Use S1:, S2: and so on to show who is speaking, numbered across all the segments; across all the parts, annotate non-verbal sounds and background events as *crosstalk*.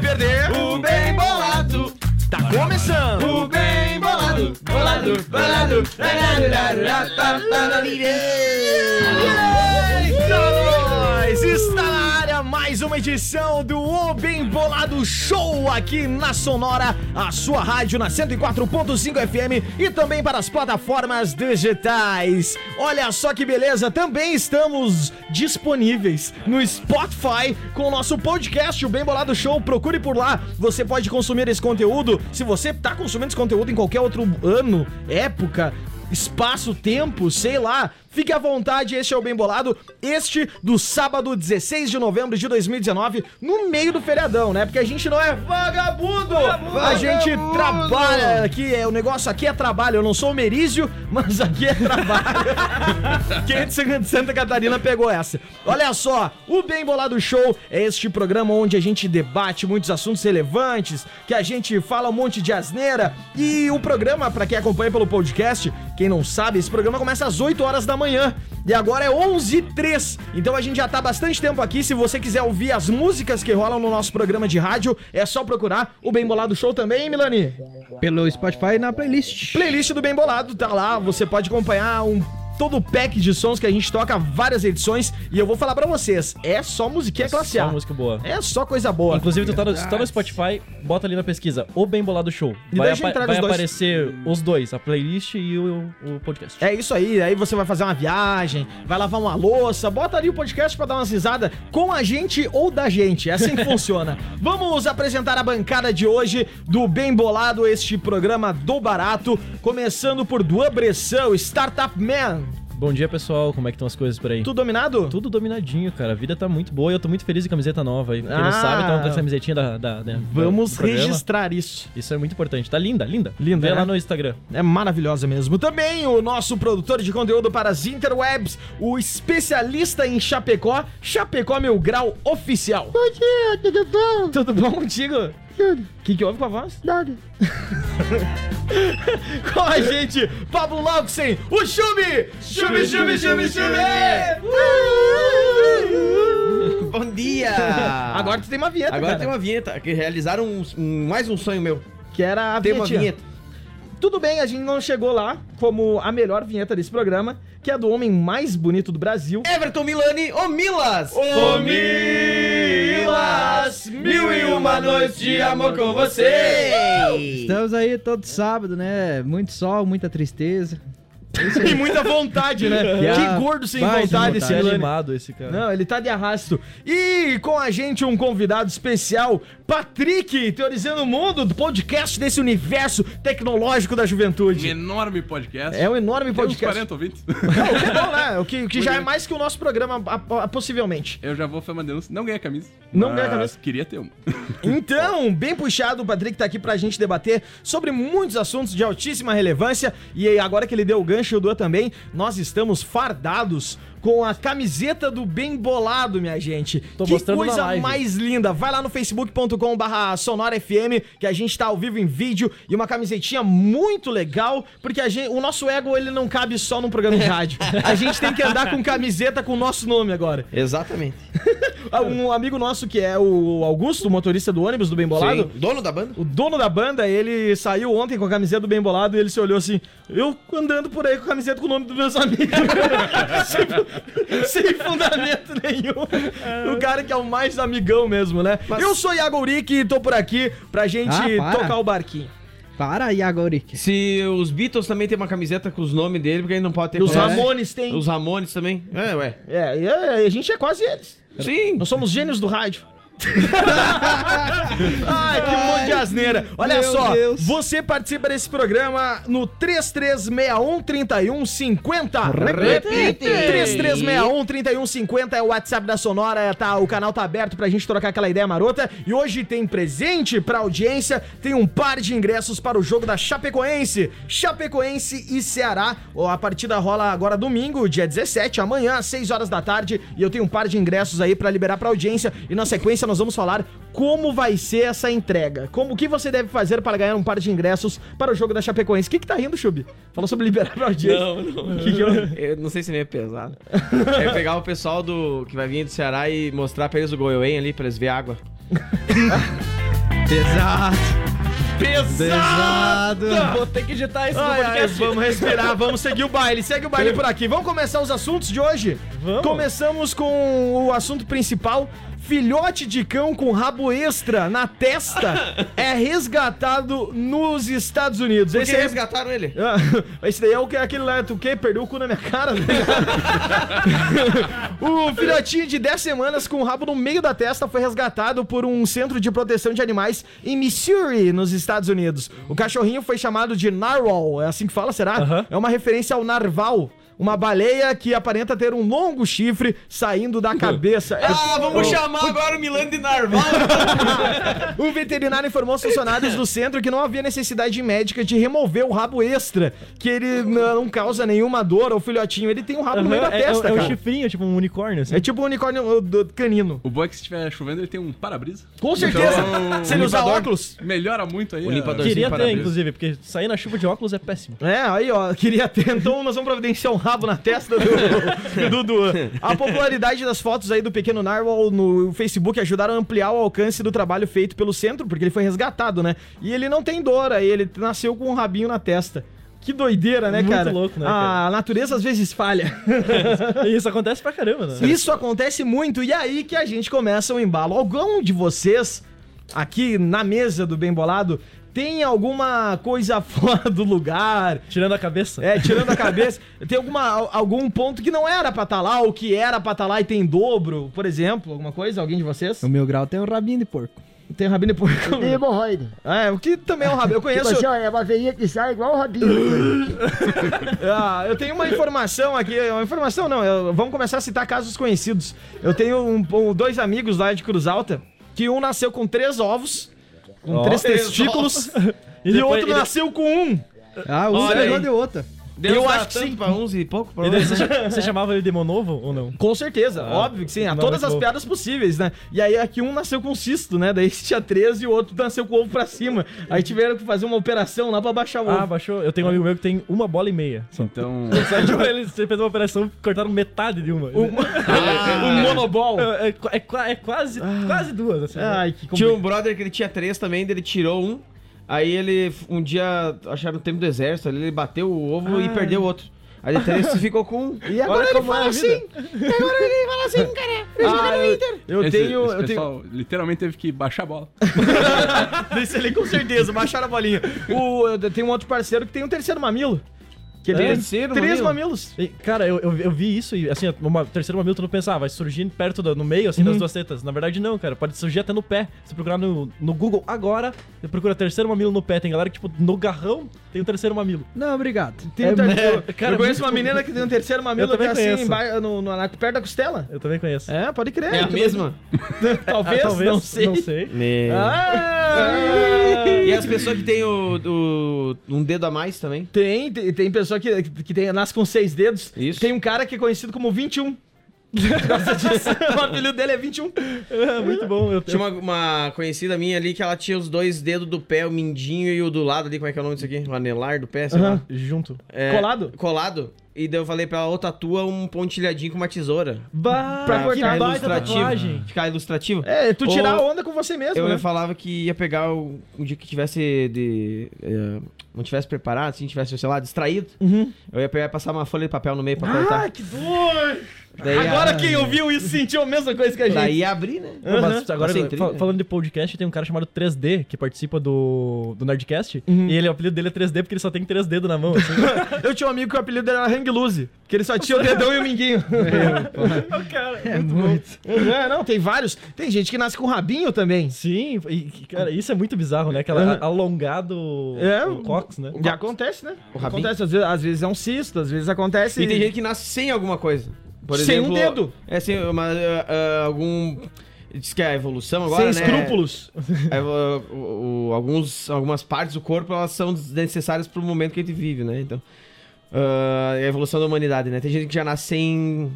S1: perder o bem bolado.
S2: Tá começando.
S1: O bem bolado, bolado, bolado.
S2: tá, Eita, nós! Está na área mais uma edição do O Bem Bolado Show aqui na Sonora, a sua rádio na 104.5 FM e também para as plataformas digitais. Olha só que beleza, também estamos disponíveis no Spotify com o nosso podcast, o Bem Bolado Show. Procure por lá, você pode consumir esse conteúdo. Se você tá consumindo esse conteúdo em qualquer outro ano, época, espaço, tempo, sei lá. Fique à vontade, este é o Bem Bolado, este do sábado 16 de novembro de 2019, no meio do feriadão, né? Porque a gente não é vagabundo! A gente trabalha aqui, é, o negócio aqui é trabalho. Eu não sou o Merizio, mas aqui é trabalho. Quem é de Santa- Santa Catarina pegou essa? Olha só, o Bem Bolado Show é este programa onde a gente debate muitos assuntos relevantes, que a gente fala um monte de asneira. E o programa, pra quem acompanha pelo podcast, quem não sabe, esse programa começa às 8 horas da manhã e agora é 11 e 3. Então a gente já tá bastante tempo aqui. Se você quiser ouvir as músicas que rolam no nosso programa de rádio, é só procurar o Bem Bolado Show também, hein, Milani?
S3: Pelo Spotify na playlist.
S2: Playlist do Bem Bolado tá lá, você pode acompanhar um todo o pack de sons que a gente toca várias edições e eu vou falar pra vocês, é só musiquinha classe A.
S4: Só música boa.
S2: É só coisa boa.
S4: assim, Inclusive, tu tá no, se tá no Spotify, bota ali na pesquisa O Bem Bolado Show.
S2: E
S4: Vai,
S2: deixa
S4: apa-
S2: entrar
S4: vai
S2: os dois.
S4: aparecer os dois, a playlist e o, o podcast.
S2: É isso aí, aí você vai fazer uma viagem, vai lavar uma louça, bota ali o podcast pra dar umas risadas com a gente ou da gente, é
S4: *laughs*
S2: assim que funciona. Vamos apresentar a bancada de hoje do Bem Bolado, este programa do barato, começando por Duan Bressan, Startup Man.
S4: Bom dia, pessoal. Como é que estão as coisas por aí?
S2: Tudo dominado?
S4: Tudo dominadinho, cara. A vida tá muito boa e eu tô muito feliz de camiseta nova aí. Quem
S2: Ah.
S4: não sabe, tá com essa camisetinha da, da, né,
S2: Vamos
S4: do programa.
S2: registrar isso.
S4: Isso é muito importante. Tá linda, linda.
S2: Linda,
S4: Vê
S2: né?
S4: lá no Instagram.
S2: É maravilhosa mesmo. Também o nosso produtor de conteúdo para as interwebs, o especialista em Chapecó, Chapecó Mil Grau Oficial. Bom dia, tudo bom? Tudo bom contigo? Tudo. O que, que houve com a voz? Nada. *laughs* com a gente, Pablo Lauksen, o Chumi! Chumi, Chumi, É! Chumi, Chumi!
S5: Bom dia!
S2: Agora tu tem uma vinheta,
S5: Agora
S2: cara,
S5: tem uma vinheta, que realizaram um- um- mais um sonho meu.
S2: que era a
S5: Tem uma
S2: vinhetinha.
S5: vinheta.
S2: Tudo bem, a gente não chegou lá como a melhor vinheta desse programa, que é do homem mais bonito do Brasil.
S5: Everton Milani, ô Milas!
S2: Milas, mil e uma noites de amor com você. *laughs*
S3: Estamos aí todo sábado, né? Muito sol, muita tristeza.
S2: Tem muita vontade, né?
S3: Yeah.
S2: *laughs* Que gordo sem
S3: Vai, sem
S2: vontade esse
S3: vontade.
S4: Tá
S2: Milani.
S4: animado esse cara.
S2: Não, ele tá de arrasto. E com a gente um convidado especial, Patrick, teorizando o mundo do podcast desse universo tecnológico da
S6: Um
S2: juventude.
S6: enorme podcast.
S2: É um enorme
S6: Tem uns
S2: podcast.
S6: 40 ouvintes.
S2: *laughs*
S6: *laughs*
S2: Não, o que é bom, né? O que, o que já é mais que o nosso programa, a- a- possivelmente.
S6: Eu já vou fazer uma denúncia. Não ganhei a camisa.
S2: Não
S6: mas
S2: ganhei a camisa.
S6: Queria ter uma.
S2: Então, bem puxado, o Patrick tá aqui pra gente debater sobre muitos assuntos de altíssima relevância. E aí, agora que ele deu o gancho, o Duan também, nós estamos fardados com a camiseta do Bem Bolado, minha gente.
S4: Tô
S2: que
S4: mostrando na
S2: coisa
S4: live.
S2: mais linda. Vai lá no facebook.com barra sonorafm, que a gente tá ao vivo em vídeo. E uma camisetinha muito legal, porque a gente, o nosso ego, ele não cabe só num programa de rádio. A gente tem que andar com camiseta com o nosso nome agora.
S5: Exatamente.
S2: Ah, Um amigo nosso que é o Augusto, o motorista do ônibus do Bem Bolado,
S5: Sim. Dono da banda?
S2: o dono da banda, ele saiu ontem com a camiseta do Bem Bolado e ele se olhou assim, eu andando por aí com a camiseta com o nome dos meus amigos. *laughs* sem, sem fundamento nenhum. O cara que é o mais amigão mesmo, né? Eu sou Iago Uric e tô por aqui pra gente
S3: Ah, para.
S2: tocar o barquinho.
S3: Para aí agora, Rick.
S5: Se os Beatles também tem uma camiseta com os nomes dele, porque aí não pode ter...
S2: Os
S5: com-
S2: Ramones
S5: É.
S2: têm.
S5: Os Ramones também. É, ué.
S2: É, é, a gente é quase eles.
S5: Sim.
S2: Nós somos gênios do rádio. *laughs* Ai, que monte de asneira. Olha
S3: Meu
S2: só,
S3: Deus.
S2: você participa desse programa no 3361 3150.
S5: Repite.
S2: 3361 3150 é o WhatsApp da Sonora, tá? O canal tá aberto pra gente trocar aquela ideia marota. E hoje tem presente pra audiência, tem um par de ingressos para o jogo da Chapecoense. Chapecoense e Ceará. Ó, A partida rola agora domingo, dia 17, amanhã, às 6 horas da tarde. E eu tenho um par de ingressos aí pra liberar pra audiência. E na sequência nós vamos falar como vai ser essa entrega. Como o que você deve fazer para ganhar um par de ingressos para o jogo da Chapecoense. O que que tá rindo, Chubi? Falou sobre liberar pra audiência.
S5: não.
S2: Que que eu-
S5: Eu não sei se nem é *laughs* pesado. É pegar o pessoal do que vai vir do Ceará e mostrar pra eles o Goiôen ali, pra eles verem água.
S3: Pesado.
S2: Pesado!
S4: Vou ter que editar esse
S2: Ai, ai,
S4: podcast.
S2: vamos respirar, vamos seguir o baile. Segue o baile por aqui. Vamos começar os assuntos de hoje?
S4: Vamos.
S2: Começamos com o assunto principal. Filhote de cão com rabo extra na
S4: *laughs*
S2: testa é resgatado nos Estados Unidos.
S5: Porque
S2: Esse, é...
S5: resgataram ele.
S2: Ah, *laughs* Esse daí é o que aquele lá, tu que perdeu o cu na minha cara. né? *laughs* o filhotinho de 10 semanas com o rabo no meio da testa foi resgatado por um centro de proteção de animais em Missouri, nos Estados Unidos. O cachorrinho foi chamado de narwhal, é assim que fala, será?
S4: Aham.
S2: É uma referência ao narval. Uma baleia que aparenta ter um longo chifre saindo
S5: *laughs*
S2: da cabeça.
S5: Ah, vamos
S2: chamar.
S5: chamar agora o Milan de Narval.
S2: O veterinário informou aos funcionários do centro que não havia necessidade médica de remover o rabo extra, que ele não causa nenhuma dor ao filhotinho. Ele tem um rabo no meio da
S4: Aham, é,
S2: testa,
S4: é, é um
S2: cara.
S4: chifrinho, tipo um unicórnio, assim.
S2: É tipo um unicórnio uh, do canino.
S6: O bom é que se estiver chovendo, ele tem um para-brisa.
S2: Com certeza.
S4: Então,
S2: Se ele usar óculos.
S6: Melhora muito aí.
S5: O
S6: a-
S5: limpador.
S4: Queria ter,
S5: parabéns.
S4: inclusive, porque sair na chuva de óculos
S2: *laughs*
S4: é péssimo.
S2: É, aí ó, queria ter. Então nós vamos providenciar um rabo na testa do Dudu. A popularidade das fotos aí do pequeno Narwhal no Facebook ajudaram a ampliar o alcance do trabalho feito pelo centro, porque ele foi resgatado, né? E ele não tem dor aí, ele nasceu com um rabinho na testa. Que doideira, né,
S4: Muito
S2: cara?
S4: louco, né,
S2: A natureza às vezes falha.
S4: E isso acontece pra caramba, né?
S2: Isso acontece muito, e aí que a gente começa o embalo. Algum de vocês, aqui na mesa do Bem Bolado, tem alguma coisa *laughs* fora do lugar?
S4: Tirando a cabeça.
S2: É, tirando a cabeça. *laughs* Tem alguma, al- algum ponto que não era pra estar lá, ou que era pra estar lá e tem dobro, por exemplo? Alguma coisa? Alguém de vocês?
S3: O meu grau tem um rabinho de porco.
S2: Tem o Rabino por...
S7: Tem hemorroide.
S2: É, o que também é um Rabino. Eu
S7: *laughs* Tipo
S2: conheço...
S7: assim, ó, é uma veinha que sai igual o *laughs* rabinho.
S2: *laughs* Ah, eu tenho uma informação aqui, uma informação não, eu- vamos começar a citar casos conhecidos. Eu tenho um- um- dois amigos lá de Cruz Alta, que um nasceu com três ovos, com
S4: Ó.
S2: três testículos, *laughs* e, o
S4: depois
S2: outro
S4: ele-
S2: nasceu com um.
S3: Ah, um
S5: Olha aí.
S3: pegou de outra.
S2: Eu acho que sim.
S5: Pra uns e pouco pra
S4: E daí
S5: outros.
S2: *laughs*
S4: você, cha- você chamava ele de Monovo ou não?
S2: Com certeza, óbvio que sim, a
S4: Ah, não,
S2: todas
S4: muito
S2: as
S4: bom.
S2: piadas possíveis, né? E aí aqui um nasceu com cisto, né? Daí *laughs* tinha três e o outro nasceu com o ovo pra cima. Aí tiveram que fazer uma operação lá pra baixar o
S4: Ah,
S2: ovo.
S4: baixou. Eu tenho um amigo meu que tem uma bola e meia. Só.
S6: Então,
S4: Só tipo, ele ele fez uma operação, cortaram metade de uma. *laughs*
S5: Ah,
S2: um monobol. Ah.
S4: É, é qua- é qua- é quase, quase duas, assim. né?
S2: Ai, que
S5: Tinha um brother que ele tinha três também, daí ele tirou um. Aí ele, um dia, acharam o tempo do exército, ali ele bateu o ovo e perdeu o outro. Aí ele *laughs* três ficou com um.
S2: E agora ele fala assim.
S5: *laughs* Ah,
S2: E agora
S5: é
S2: ele fala assim, cara. Eu Inter. Eu
S6: esse,
S2: tenho.
S6: esse
S2: eu tenho...
S6: pessoal literalmente teve que baixar
S2: *laughs*
S6: a bola.
S2: Desse ali com certeza, baixaram a bolinha. O, eu tenho um outro parceiro que tem um terceiro mamilo. Que
S4: É,
S2: ele
S5: Terceiro
S2: três
S5: mamilo?
S2: mamilos.
S4: E, cara, eu, eu, eu vi isso e, assim, uma terceira mamilo tu não pensava, vai surgir perto, do, no meio, assim,
S2: Uhum.
S4: das duas tetas. Na verdade, não, cara. Pode surgir até no pé. Se procurar no, no Google agora, você procura terceiro mamilo no pé. Tem galera que, tipo, no garrão tem o terceiro mamilo.
S3: Não, obrigado.
S2: Tem um terceiro.
S4: É, né? cara,
S2: eu conheço
S4: muito-
S2: uma menina que tem um terceiro
S4: Eu
S2: mamilo que é
S4: também
S2: assim,
S4: conheço.
S2: embaixo, no, no, na- perto da costela.
S4: Eu também conheço.
S2: É, pode crer.
S5: É a
S2: Tu-
S5: mesma?
S2: *laughs* Talvez,
S4: Ah, *laughs* talvez,
S2: não sei.
S4: Não sei.
S2: Ah!
S5: E as pessoas que tem o, o- um dedo a mais também?
S2: Tem, tem, tem pessoa que, que tem, nasce com seis dedos.
S5: Isso.
S2: Tem um cara que é conhecido como
S5: *laughs*
S2: 21. Gosta disso. *laughs* o apelido dele é 21.
S4: É, muito bom. Eu,
S5: Tinha uma, uma conhecida minha ali que ela tinha os dois dedos do pé, o mindinho e o do lado ali, como é que é o nome disso aqui? O anelar do pé, sei lá.
S4: eu- junto.
S5: É,
S2: Colado?
S5: Colado. E daí eu falei pra ela, ou tatua um pontilhadinho com uma tesoura.
S2: Bah, pra
S5: Pra
S2: cortar
S5: ficar
S2: a
S4: baita
S5: ilustrativo. Uhum.
S4: tatuagem.
S5: Ficar ilustrativo.
S2: É, tu
S5: Ou-
S2: tirar a onda com você mesmo,
S5: Eu
S2: né?
S5: falava que ia pegar o- um dia que tivesse de. eh, não tivesse preparado, assim, tivesse, sei lá, distraído.
S2: Uhum.
S5: Eu ia pegar e passar uma folha de papel no meio pra cortar.
S2: que dor!
S5: Daí
S2: Ah, Agora
S5: tá? a-
S2: quem ouviu isso sentiu a mesma coisa que a gente.
S5: Daí ia abrir, né?
S4: Pô, Mas agora,
S5: Assim, tri-
S4: fal- falando de podcast, tem um cara chamado 3D que participa do, do Nerdcast. E ele, o apelido dele é 3D porque ele só tem três dedos na mão. Assim.
S2: Eu tinha um amigo que o apelido era Hang Loose, que ele só tinha o dedão e o
S5: *laughs*
S2: minguinho.
S3: É muito.
S2: é, não, tem vários. Tem gente que nasce com rabinho também.
S4: *laughs* Sim, e, cara, isso é muito bizarro, né? Aquela a- alongado
S2: É,
S4: o cox, né?
S2: E acontece, né?
S5: rabinho.
S2: Acontece, às vezes, às vezes é um cisto, às vezes acontece.
S5: E tem gente que nasce sem alguma coisa. Por
S2: Sem
S5: exemplo,
S2: um dedo.
S5: É, sem uma, ah, ah, algum. Diz que é a evolução
S2: sem
S5: agora, né?
S2: escrúpulos.
S5: É, o- o- o- alguns, algumas partes do corpo elas são desnecessárias pro momento que a gente vive, né? Então. ah, é a evolução da humanidade, né? Tem gente que já nasce sem,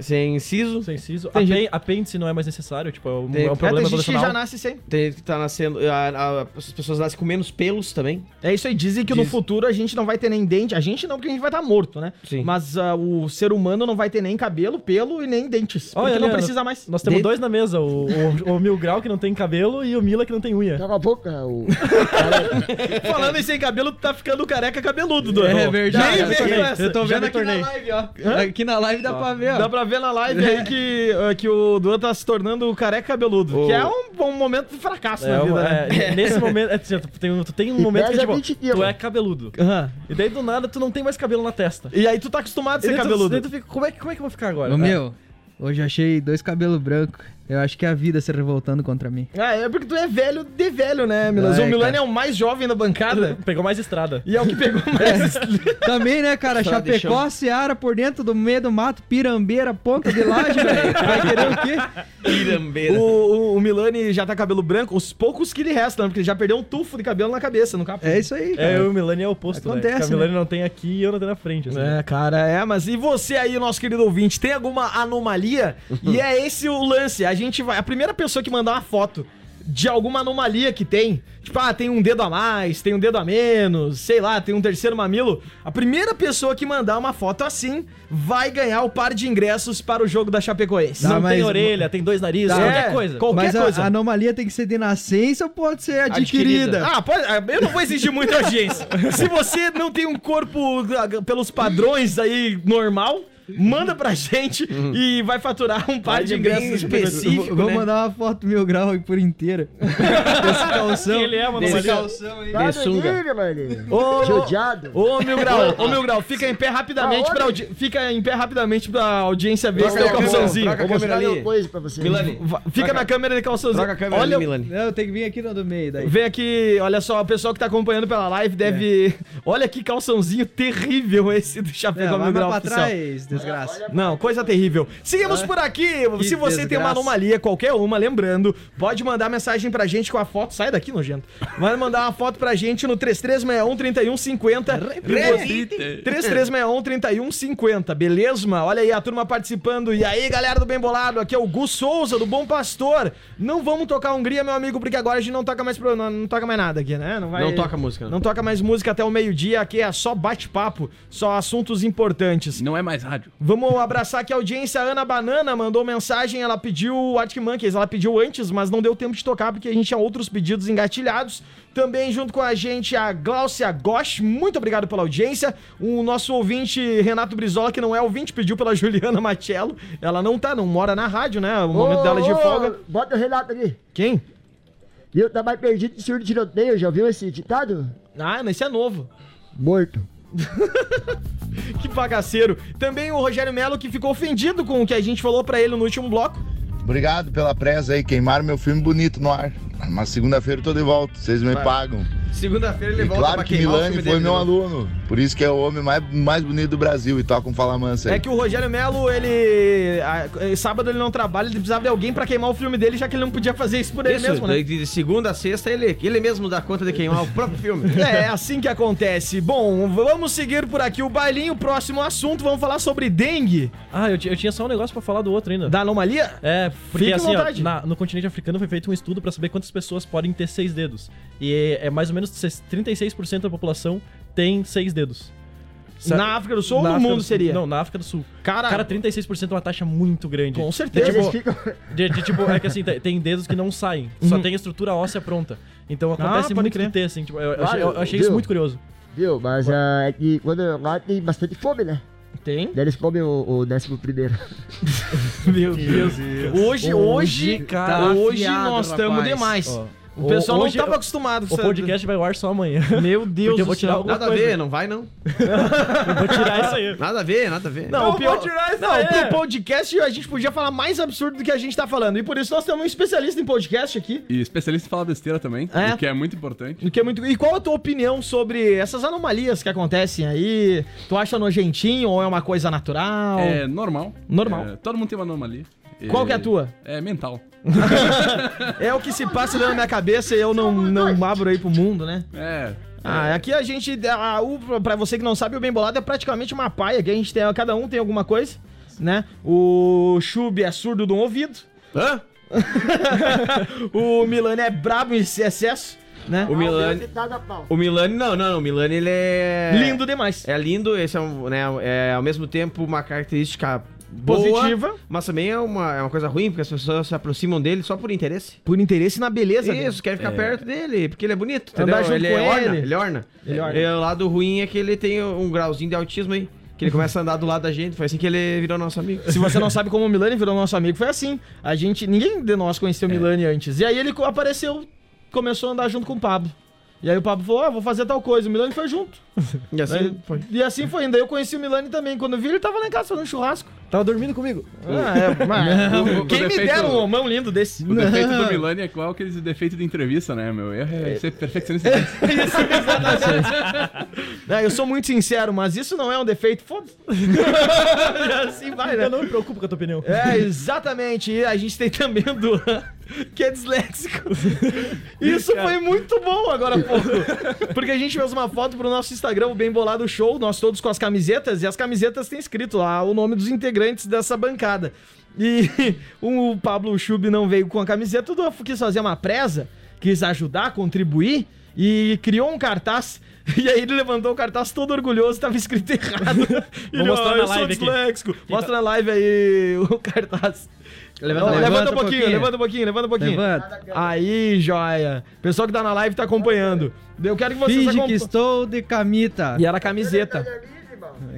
S5: sem siso.
S4: Sem siso.
S5: Tem
S4: Apê-
S5: gente-
S4: Apêndice não é mais necessário, tipo, é um,
S5: Tem,
S4: é um
S5: é, tem
S4: problema
S5: gente que já
S4: evolucional.
S5: nasce sem. Tem gente que tá nascendo. a- a- as pessoas nascem com menos pelos também.
S2: É isso aí, dizem que no
S6: Dizem.
S2: futuro a gente não vai ter nem dente. A gente não, porque a gente vai estar morto, né?
S5: Sim.
S2: Mas ah, o ser humano não vai ter nem cabelo, pelo e nem dentes. Porque
S4: Olha,
S2: não
S4: Leandro,
S2: precisa mais.
S4: Nós temos
S5: De-
S4: dois na mesa, o, o, o Mil Grau que não tem cabelo e o Mila que não tem unha.
S7: Daqui a pouco, é, o...
S2: Falando em sem cabelo, tu tá ficando careca cabeludo, Dudu.
S1: É verdade.
S2: Nem veio
S4: tornei,
S2: essa.
S4: eu tô
S2: Já
S4: vendo
S2: me
S3: tá
S4: aqui
S2: tornei.
S4: na
S5: live, ó. Aqui na live dá pra ver,
S2: Dá pra ver na live aí que, ah, que o Duan tá se tornando careca cabeludo.
S5: O-
S2: Que é um, um momento de fracasso
S4: É,
S2: na vida,
S4: uma-
S2: né?
S4: é, nesse momento, é, certo, tem, um- tu tem um
S7: E
S4: momento que
S7: pesa
S4: tipo,
S7: 20
S4: tu
S7: quilos.
S4: é cabeludo.
S2: *laughs* Aham.
S4: E daí do nada tu não tem mais cabelo na testa.
S2: E aí tu tá acostumado a
S4: E
S2: ser
S4: daí tu- daí
S2: cabeludo.
S4: tu fica, como é, que- como é que eu vou ficar agora?
S3: Ô,
S4: É.
S3: meu, hoje eu achei dois cabelos brancos. Eu acho que é a vida se revoltando contra mim.
S2: Ah, é porque tu é velho de velho, né, Milas?
S3: É,
S2: o Milani
S3: cara.
S2: é o mais jovem da bancada
S4: Pegou mais estrada.
S2: e é o que pegou *laughs* mais.
S3: Também, né, cara?
S5: Só
S3: Chapecó,
S5: deixou-
S3: Seara, por dentro do meio do mato, pirambeira, ponta de laje, velho. Vai querer o quê?
S2: o,
S3: *laughs*
S5: Pirambeira.
S2: o, o Milani já tá cabelo branco, os poucos que lhe restam, né? porque ele já perdeu um tufo de cabelo na cabeça, no capô.
S3: É isso aí, cara.
S4: É, eu e o Milani é o oposto, né?
S3: Acontece,
S4: Porque A Milani não tem aqui e eu não tenho na frente. assim.
S2: É, cara, é, mas e você aí, nosso querido ouvinte, tem alguma anomalia? e é esse o lance. A gente vai. A primeira pessoa que mandar uma foto de alguma anomalia que tem, tipo, ah, tem um dedo a mais, tem um dedo a menos, sei lá, tem um terceiro mamilo. A primeira pessoa que mandar uma foto assim vai ganhar o par de ingressos para o jogo da Chapecoense.
S3: Dá,
S4: Não
S3: Ah, mas-
S4: tem orelha, tem dois narizes,
S2: É,
S4: qualquer coisa.
S2: qualquer
S3: Mas
S2: coisa.
S3: a, a anomalia tem que ser de nascença ou pode ser adquirida?
S2: Ah, pode, eu não vou exigir muita agência. Se você não tem um corpo ah, pelos padrões aí normal, manda pra gente e vai faturar um par de ingressos
S3: Eu
S2: específico.
S3: vou
S2: né?
S3: mandar uma foto mil grau aí por inteira. Esse calção.
S4: Ele é uma
S5: Desse
S4: anomalia.
S2: tá
S5: calção aí.
S7: Nada
S5: De sunga.
S7: liga, mano.
S2: Ô,
S7: Te
S2: ô,
S7: odiado.
S2: Ô, Mil Grau, ô, Mil Grau, fica em pé rapidamente
S7: Aonde?
S2: pra, audi- fica em pé rapidamente pra audiência ver
S7: Troca
S2: se teu
S7: a câmera,
S2: calçãozinho.
S5: troca a
S7: Vou
S5: câmera
S7: mostrar
S5: ali.
S7: uma coisa pra vocês.
S5: Milani,
S2: Va- Fica na câmera de calçãozinho.
S5: troca a câmera
S2: Olha,
S5: ali, Milani.
S3: Não, tem que vir aqui no do meio daí.
S2: Vem aqui, olha só, o pessoal que tá acompanhando pela live deve. *laughs* Olha que calçãozinho terrível esse do
S3: É,
S2: Chapecó
S3: vai
S2: Mil
S3: mais
S2: Grau.
S3: pra
S2: oficial.
S3: trás, desgraça.
S2: Não, coisa terrível. Seguimos por aqui. Se você tem uma
S3: desgraça.
S2: anomalia, qualquer uma, lembrando, pode mandar mensagem pra gente com a foto. Sai daqui, nojento. Vai mandar uma foto pra gente no 3361-3150.
S6: Repite.
S2: 3361-3150, beleza? Olha aí a turma participando. E aí, galera do Bem Bolado, aqui é o Gu Souza, do Bom Pastor. Não vamos tocar Hungria, meu amigo, porque agora a gente não toca mais, pro- não, não toca mais nada aqui, né? Não, vai...
S5: Não toca música.
S2: Não toca mais música até o meio-dia, aqui é só bate-papo, só assuntos importantes.
S6: Não é mais rádio.
S2: Vamos abraçar aqui a audiência. A Ana Banana mandou mensagem. Ela pediu o Arctic Monkeys. Ela pediu antes, mas não deu tempo de tocar porque a gente tinha outros pedidos engatilhados. Também junto com a gente a Gláucia Gosch. Muito obrigado pela audiência. O nosso ouvinte Renato Brizola, que não é ouvinte, pediu pela *laughs* Juliana Machello. Ela não tá, não mora na rádio, né? O momento
S7: Ô,
S2: dela é de
S7: ô,
S2: folga.
S7: Bota o relato aqui.
S2: Quem?
S7: Eu tá mais perdido que surdo de tiroteio, já ouviu esse ditado?
S2: Ah, esse é novo. *laughs*
S7: Morto.
S2: Que bagaceiro. Também o Rogério Melo, que ficou ofendido com o que a gente falou pra ele no último bloco.
S8: Obrigado pela presa aí, queimaram meu filme bonito no ar. Mas segunda-feira eu tô de volta, vocês me pagam.
S5: Segunda-feira
S8: E
S5: ele volta
S8: claro
S5: pra
S8: que
S5: queimar o
S8: Milani
S5: filme
S8: foi
S5: dele,
S8: meu
S5: né?
S8: aluno, por isso que é o homem mais, mais bonito do Brasil e toca um falamansa aí.
S2: É que o Rogério Melo, ele. a- sábado ele não trabalha, ele precisava de alguém pra queimar o filme dele, já que ele não podia fazer isso por ele
S5: Isso,
S2: mesmo, né?
S5: de segunda a sexta ele, ele mesmo dá conta de queimar
S8: *laughs*
S5: o próprio filme.
S2: É, é assim que acontece. Bom, vamos seguir por aqui o bailinho. Próximo assunto, vamos falar sobre dengue
S4: Ah, eu, ti- eu tinha só um negócio pra falar do outro ainda.
S2: da anomalia.
S4: É, porque
S2: Fique à
S4: assim, ó,
S2: vontade.
S4: na- no continente africano foi feito um estudo pra saber quantas pessoas podem ter seis dedos. E é, é mais ou menos 6- 36% da população tem seis dedos. Sa-
S2: Na África do Sul ou
S4: Na
S2: no
S4: África
S2: mundo
S4: do Sul-
S2: seria?
S4: Não, na África do Sul.
S2: cara,
S4: Cara, 36% é uma taxa muito grande.
S2: com
S4: É,
S2: certeza.
S4: tipo,
S7: Eles ficam...
S4: de- de, tipo, é que assim, te- tem dedos que não saem, só tem a estrutura óssea pronta. Então acontece
S2: pode
S4: muito
S2: crer.
S4: de ter, assim, tipo, eu, eu
S7: Claro,
S4: achei, eu achei
S7: viu?
S4: isso muito curioso.
S7: Viu? Mas ah, é que quando lá tem bastante fome, né?
S2: Tem.
S7: Daí eles comem o, o décimo primeiro.
S2: Meu Deus. Hoje, hoje,
S4: cara,
S2: tá hoje
S5: afiado,
S2: nós estamos
S5: rapaz.
S2: demais.
S4: Ó,
S2: O pessoal
S4: hoje- é
S2: não tava acostumado com
S4: O
S2: essa-
S4: podcast vai ao ar só amanhã.
S2: Meu Deus
S4: Porque
S2: do
S4: eu vou tirar
S2: céu.
S4: alguma
S5: Nada a ver, não vai não.
S4: Eu vou tirar isso aí.
S5: Nada a ver, nada a ver.
S2: Não, o pior...
S4: vou tirar isso
S2: não,
S4: aí.
S2: pro podcast a gente podia falar mais absurdo do que a gente tá falando. E por isso nós temos um especialista em podcast aqui.
S6: E especialista em falar besteira também,
S2: É.
S6: o que é muito importante.
S2: Do que é muito... E qual a tua opinião sobre essas anomalias que acontecem aí? Tu acha nojentinho ou é uma coisa natural?
S6: É normal.
S2: Normal.
S6: É, todo mundo tem uma anomalia.
S2: Qual
S6: É,
S2: que é a tua?
S6: É mental.
S2: É o que se passa dentro da minha cabeça e eu não, não abro aí pro mundo, né?
S6: É,
S2: Ah, aqui a gente. A, o, pra você que não sabe, o bem bolado é praticamente uma paia. Aqui a gente tem. Cada um tem alguma coisa, né? O Chub é surdo de um ouvido.
S5: Hã?
S2: O Milani é brabo em excesso, né?
S5: O Milani. O Milani, não, não, não. O Milani, ele é.
S2: Lindo demais.
S5: É lindo, esse é, um, né, é ao mesmo tempo uma característica boa,
S2: Positiva.
S5: mas também é uma, é uma coisa ruim, porque as pessoas se aproximam dele só por interesse.
S2: Por interesse na beleza né? dele.
S5: Isso, quer ficar perto dele, porque ele é bonito,
S2: Andar
S5: entendeu?
S2: junto
S5: ele,
S2: com
S5: é orna,
S2: ele.
S5: ele orna.
S2: Ele orna.
S5: E o lado ruim é que ele tem um grauzinho de autismo aí, que ele começa a andar do lado da gente, foi assim que ele virou nosso amigo.
S2: Se você não sabe como o Milani virou nosso amigo, foi assim. A gente, ninguém de nós conheceu o Milani antes. E aí ele co- apareceu, começou a andar junto com o Pablo. E aí o Pablo falou, ah, vou fazer tal coisa. O Milani foi junto.
S5: E assim, foi.
S2: E assim foi ainda. Eu conheci o Milani também. Quando eu vi, ele tava lá em casa fazendo churrasco.
S4: Tava dormindo comigo.
S2: Ah, é, mas-
S6: o-
S2: *laughs*
S6: o
S2: Quem me
S6: defeito-
S2: dera um homão lindo desse? *laughs*
S6: O defeito do Milani é qual que eles defeito de entrevista, né, meu? Erro é ser perfeccionista.
S2: É, eu sou muito sincero, mas isso não é um defeito. *laughs* Foda-se. assim vai, né?
S4: Eu não me preocupo com a tua opinião.
S2: É, exatamente. E a gente tem também o Duan, que é disléxico. Isso foi muito bom agora há pouco. Porque a gente fez uma foto pro nosso Instagram, o Bem Bolado Show, nós todos com as camisetas, e as camisetas tem escrito lá o nome dos integrantes dessa bancada. E *laughs* o Pablo Schub não veio com a camiseta, o Duan quis fazer uma presa, quis ajudar, contribuir, e criou um cartaz. E aí ele levantou o cartaz todo orgulhoso, tava escrito errado. E
S4: Vou mostrar
S2: "Ah,
S4: na
S2: eu sou
S4: live aqui."
S2: disléxico. Mostra na live aí o *laughs* cartaz. Levanta,
S3: Não,
S2: levanta
S3: levanta
S2: um pouquinho,
S3: um pouquinho.
S2: levanta um pouquinho, levanta um pouquinho.
S3: Levanta.
S2: Aí, joia. Pessoal que tá na live tá acompanhando. Eu quero que vocês
S3: Finge que
S2: acompanhem.
S3: estou de camita. é
S2: E era a camiseta.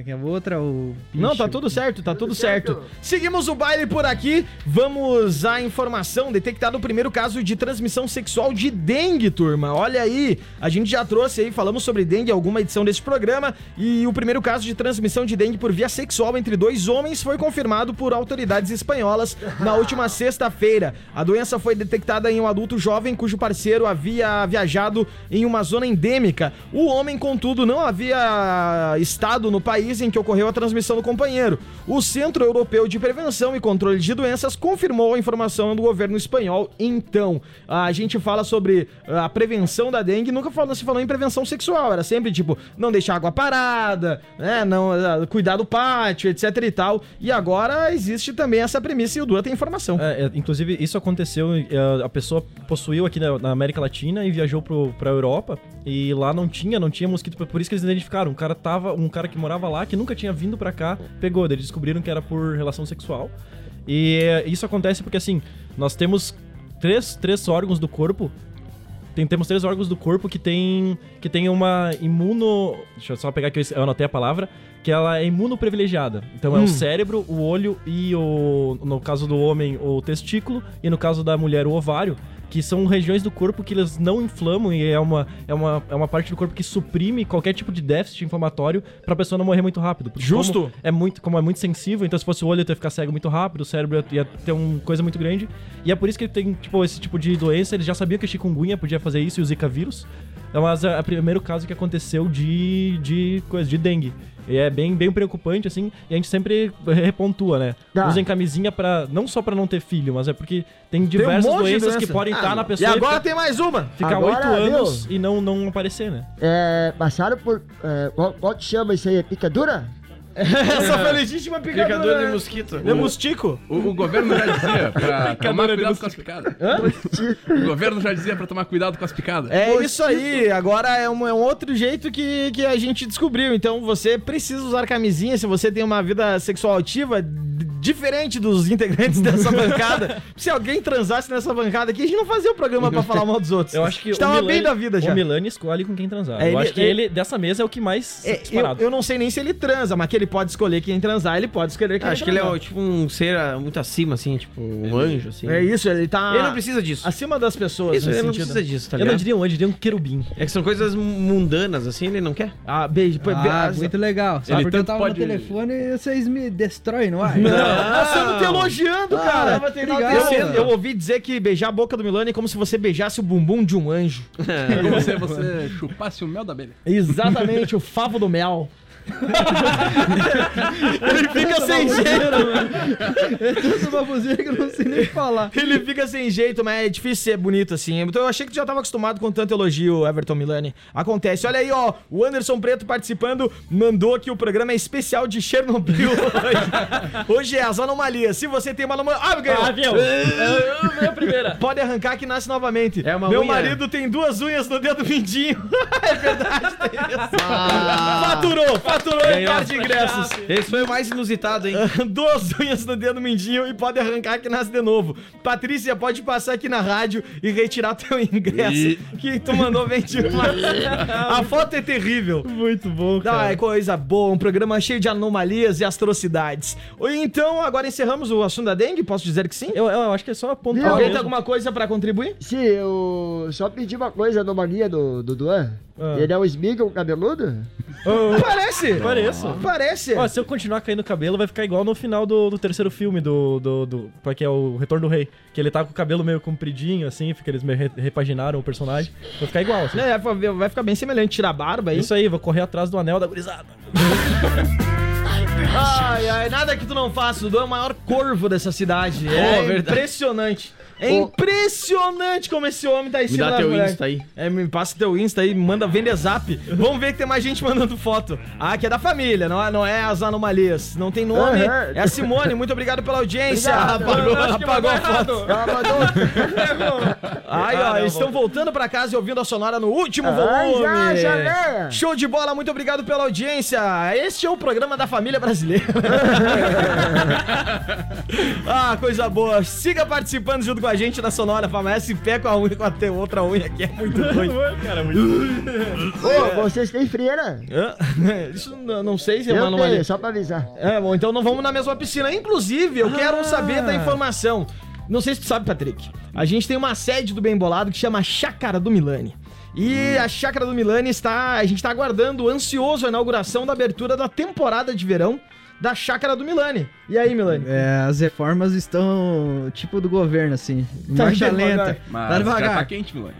S3: Que a outra, o.
S2: Não,
S3: bicho.
S2: tá tudo certo, tá tudo certo. Seguimos o baile por aqui. Vamos à informação. Detectado o primeiro caso de transmissão sexual de dengue, turma. Olha aí, a gente já trouxe aí, falamos sobre dengue em alguma edição desse programa. E o primeiro caso de transmissão de dengue por via sexual entre dois homens foi confirmado por autoridades espanholas na *laughs* última sexta-feira. A doença foi detectada em um adulto jovem cujo parceiro havia viajado em uma zona endêmica. O homem, contudo, não havia estado no país em que ocorreu a transmissão do companheiro. O Centro Europeu de Prevenção e Controle de Doenças confirmou a informação do governo espanhol. Então, a gente fala sobre ah, a prevenção da dengue, nunca falou, se falou em prevenção sexual, era sempre tipo, não deixar água parada, né, não ah, cuidar do pátio, etc e tal. E agora existe também essa premissa e o Duda tem informação.
S4: É, é, inclusive, isso aconteceu. é, A pessoa possuiu aqui na, na América Latina e viajou pro, pra Europa. E lá não tinha, não tinha mosquito. Por isso que eles identificaram. Um cara tava. Um cara que morava lá, que nunca tinha vindo pra cá, pegou. Daí Eles descobriram que era por relação sexual. E é, isso acontece porque assim, nós temos três, três órgãos do corpo. Tem, temos três órgãos do corpo que tem, que tem uma imuno. Deixa eu só pegar que eu, eu anotei a palavra. Que ela é imunoprivilegiada. Então é o cérebro, o olho e o. No caso do homem, o testículo. E no caso da mulher, o ovário. Que são regiões do corpo que eles não inflamam e é uma, é uma, é uma parte do corpo que suprime qualquer tipo de déficit inflamatório pra pessoa não morrer muito rápido. Porque
S2: Justo.
S4: como- é muito, como é muito sensível, então se fosse o olho, eu ia ficar cego muito rápido, o cérebro ia, ia ter uma coisa muito grande. E é por isso que tem, tipo, esse tipo de doença. Eles já sabiam que a chikungunya podia fazer isso e o zika vírus. Então, Mas é o primeiro caso que aconteceu de, de coisa, de dengue. E é bem, bem preocupante, assim, e a gente sempre repontua, né?
S2: Ah.
S7: Tá.
S4: Usem camisinha para não só pra não ter filho, mas é porque tem diversas
S2: um monte de
S4: doenças
S2: doença. Ah,
S4: que podem estar na
S2: E
S4: pessoa
S2: agora
S4: fica-
S2: tem mais uma.
S4: *laughs* ficar
S7: Agora,
S4: oito
S7: viu?
S4: anos e não, não aparecer, né?
S7: É, passaram por. É, qual, qual te chama isso aí? É Picadura?
S2: Essa foi legítima picadura.
S5: Picadura de
S2: né?
S5: mosquito.
S2: É Mustico.
S6: O, o governo já dizia pra tomar cuidado com as picadas. O governo já dizia pra tomar cuidado com as picadas.
S2: É isso aí, agora é um, é um outro jeito que, que a gente descobriu. Então você precisa usar camisinha se você tem uma vida sexual ativa d- diferente dos integrantes dessa bancada. Se alguém transasse nessa bancada aqui, a gente não fazia o programa pra falar mal dos outros.
S4: Eu acho que
S2: a gente tava bem da vida já.
S4: o Milani escolhe com quem transar.
S2: É,
S4: eu
S2: ele-
S4: acho que
S2: ele-
S4: ele, dessa mesa, é o que mais
S2: É, eu, eu não sei nem se ele transa, mas que ele pode escolher quem transar, ele pode escolher quem
S5: Acho que ele é
S2: transar.
S5: ó, tipo um ser ah, muito acima, assim, tipo um anjo, assim.
S2: É isso, ele tá
S5: Ele não precisa disso.
S2: acima das pessoas
S5: Isso,
S2: nesse
S5: ele não
S2: sentido.
S5: precisa disso, tá
S4: eu não
S5: ligado?
S4: diria um anjo, eu diria um querubim.
S5: É que são coisas mundanas, assim, ele não quer.
S2: Ah, beijo. be- be-
S3: Ah,
S2: ah,
S3: muito legal. Só
S6: Ele
S3: porque eu
S6: tanto
S3: tava
S6: pode-
S3: no telefone e vocês me destroem, não é?
S2: Nossa, eu não te elogiando, cara.
S3: tava te ligado.
S2: eu, eu ouvi dizer que beijar a boca do Milani é como se você beijasse o bumbum de um anjo.
S6: É como se você chupasse o mel da abelha.
S2: Exatamente, o favo do mel. Ele fica sem jeito.
S3: É tanto uma buzina que eu não sei nem falar.
S2: Ele fica sem jeito, mas é difícil ser bonito assim. Então eu achei que tu já tava acostumado com tanto elogio, Everton Milani. Acontece. Olha aí, ó. O Anderson Preto participando mandou aqui o programa é especial de Chernobyl *laughs* hoje. hoje é as anomalias. Se você tem uma anomalia. Ah, ganhou.
S4: Ah, viu? É a primeira.
S2: Pode arrancar que nasce novamente.
S5: É uma
S2: Meu
S5: unha.
S2: marido tem duas unhas no dedo mindinho. *laughs* é verdade, tem isso. Faturou, faturou em par de ingressos.
S5: Esse foi o mais inusitado, hein?
S2: *laughs* Duas unhas no dedo mindinho e pode arrancar que nasce de novo. Patrícia, pode passar aqui na rádio e retirar teu ingresso
S6: E-
S2: que tu mandou ventilar. A foto é terrível.
S4: Muito bom, cara.
S2: Ah, é coisa boa, um programa cheio de anomalias e atrocidades. Então, agora encerramos o assunto da dengue? Posso dizer que sim?
S4: *laughs* Eu, eu acho que é só apontar.
S7: Não,
S2: Alguém
S4: mesmo.
S2: tem alguma coisa pra contribuir?
S7: Sim, eu só pedi uma coisa, a anomalia do, do Duan. Ele é um Smiggle cabeludo?
S2: Parece!
S4: Pareço.
S2: Parece!
S4: Ó, se eu continuar caindo o cabelo, vai ficar igual no final do, do terceiro filme do, do, do. pra Que é o Retorno do Rei. Que ele tá com o cabelo meio compridinho, assim, fica, eles meio re- repaginaram o personagem. Vai ficar igual, assim.
S2: É, vai- vai ficar bem semelhante, tirar a barba aí.
S4: Isso aí, vou correr atrás do anel da gurizada.
S2: Ai, ai, nada que tu não faça, Dudu é o maior corvo dessa cidade. é impressionante. É impressionante como esse homem tá em
S5: Me
S2: cima
S5: dá
S2: da
S5: teu
S2: mulher.
S5: Insta aí.
S2: É, me passa teu Insta aí, manda, vende zap. Vamos ver que tem mais gente mandando foto. Ah, que é da família, não é, não é as anomalias. Não tem nome.
S7: Aham.
S2: É a Simone, muito obrigado pela audiência. apagou apagou a foto.
S7: Ela
S2: *laughs*
S7: mandou.
S2: Ai, ó, eles estão voltando pra casa e ouvindo a sonora no último
S7: Ai,
S2: volume.
S7: já, já, né?
S2: É. Show de bola, muito obrigado pela audiência. Este é o programa da família brasileira. ah, coisa boa. Siga participando junto com a gente na Sonora. Famalece pé com a unha, com a te- outra unha, que é muito doido.
S7: Ô, vocês têm freira?
S2: Hã? *laughs* Isso n- não sei se é uma
S7: Eu
S2: anomalia.
S7: tenho, só pra avisar.
S2: É, bom, então não vamos na mesma piscina. Inclusive, eu
S6: Ah.
S2: quero saber da informação. Não sei se tu sabe, Patrick. A gente tem uma sede do Bem Bolado que chama Chácara do Milani. E
S6: Hum.
S2: a Chácara do Milani está. A gente está aguardando ansioso a inauguração da abertura da temporada de verão da Chácara do Milani. E aí, Milani?
S3: É, as reformas estão tipo do governo, assim. Marcha
S2: Tá devagar.
S3: lenta.
S6: Mas
S3: tá
S6: já tá
S3: devagar.
S6: quente, Milani.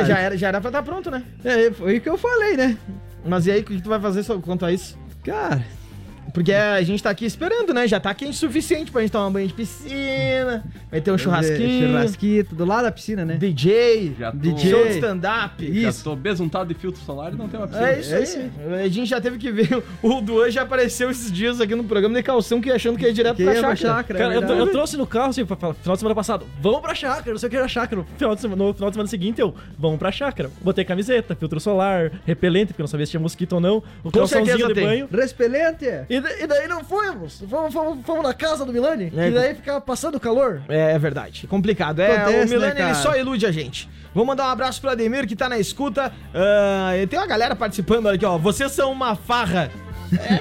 S2: É, já, era, já era pra estar pronto, né?
S3: É, foi o que eu falei, né?
S2: Mas e aí, o que tu vai fazer so- quanto a isso?
S3: Cara,
S2: Porque a gente tá aqui esperando, né? Já tá quente o suficiente pra gente tomar um banho de piscina, vai ter um churrasquinho,
S3: Churrasquito, do lado da piscina, né?
S2: DJ,
S6: Já tô,
S3: DJ.
S2: show de stand-up.
S6: já tô besuntado de filtro solar e não tem uma piscina.
S2: É isso,
S3: É
S2: aí.
S3: isso
S2: A gente já teve que ver. O Duan já apareceu esses dias aqui no programa de calção que achando que ia direto
S3: Que
S2: pra
S3: é uma
S2: chácara.
S3: chácara,
S4: Cara,
S3: é
S4: eu,
S3: verdade.
S4: eu trouxe no carro, assim, pra- pra- final de semana passado, vamos pra chácara, não sei o que era chácara. No final, de semana, no final de semana seguinte, eu, vamos pra chácara. Botei camiseta, filtro solar, repelente, porque eu não sabia se tinha mosquito ou não, o
S2: certeza
S4: calçãozinho de
S2: tem.
S4: banho.
S3: Respelente?
S4: E, da- e daí não fomos. Fomos, fomos, fomos na casa do Milani,
S2: É.
S4: e daí ficava passando calor.
S2: É, é verdade. É complicado. É,
S3: Acontece,
S2: o Milani
S3: né,
S2: ele
S3: cara?
S2: só ilude a gente. Vou mandar um abraço pro Ademir que tá na escuta. Ah, e tem uma galera participando olha aqui, ó. Vocês são uma farra.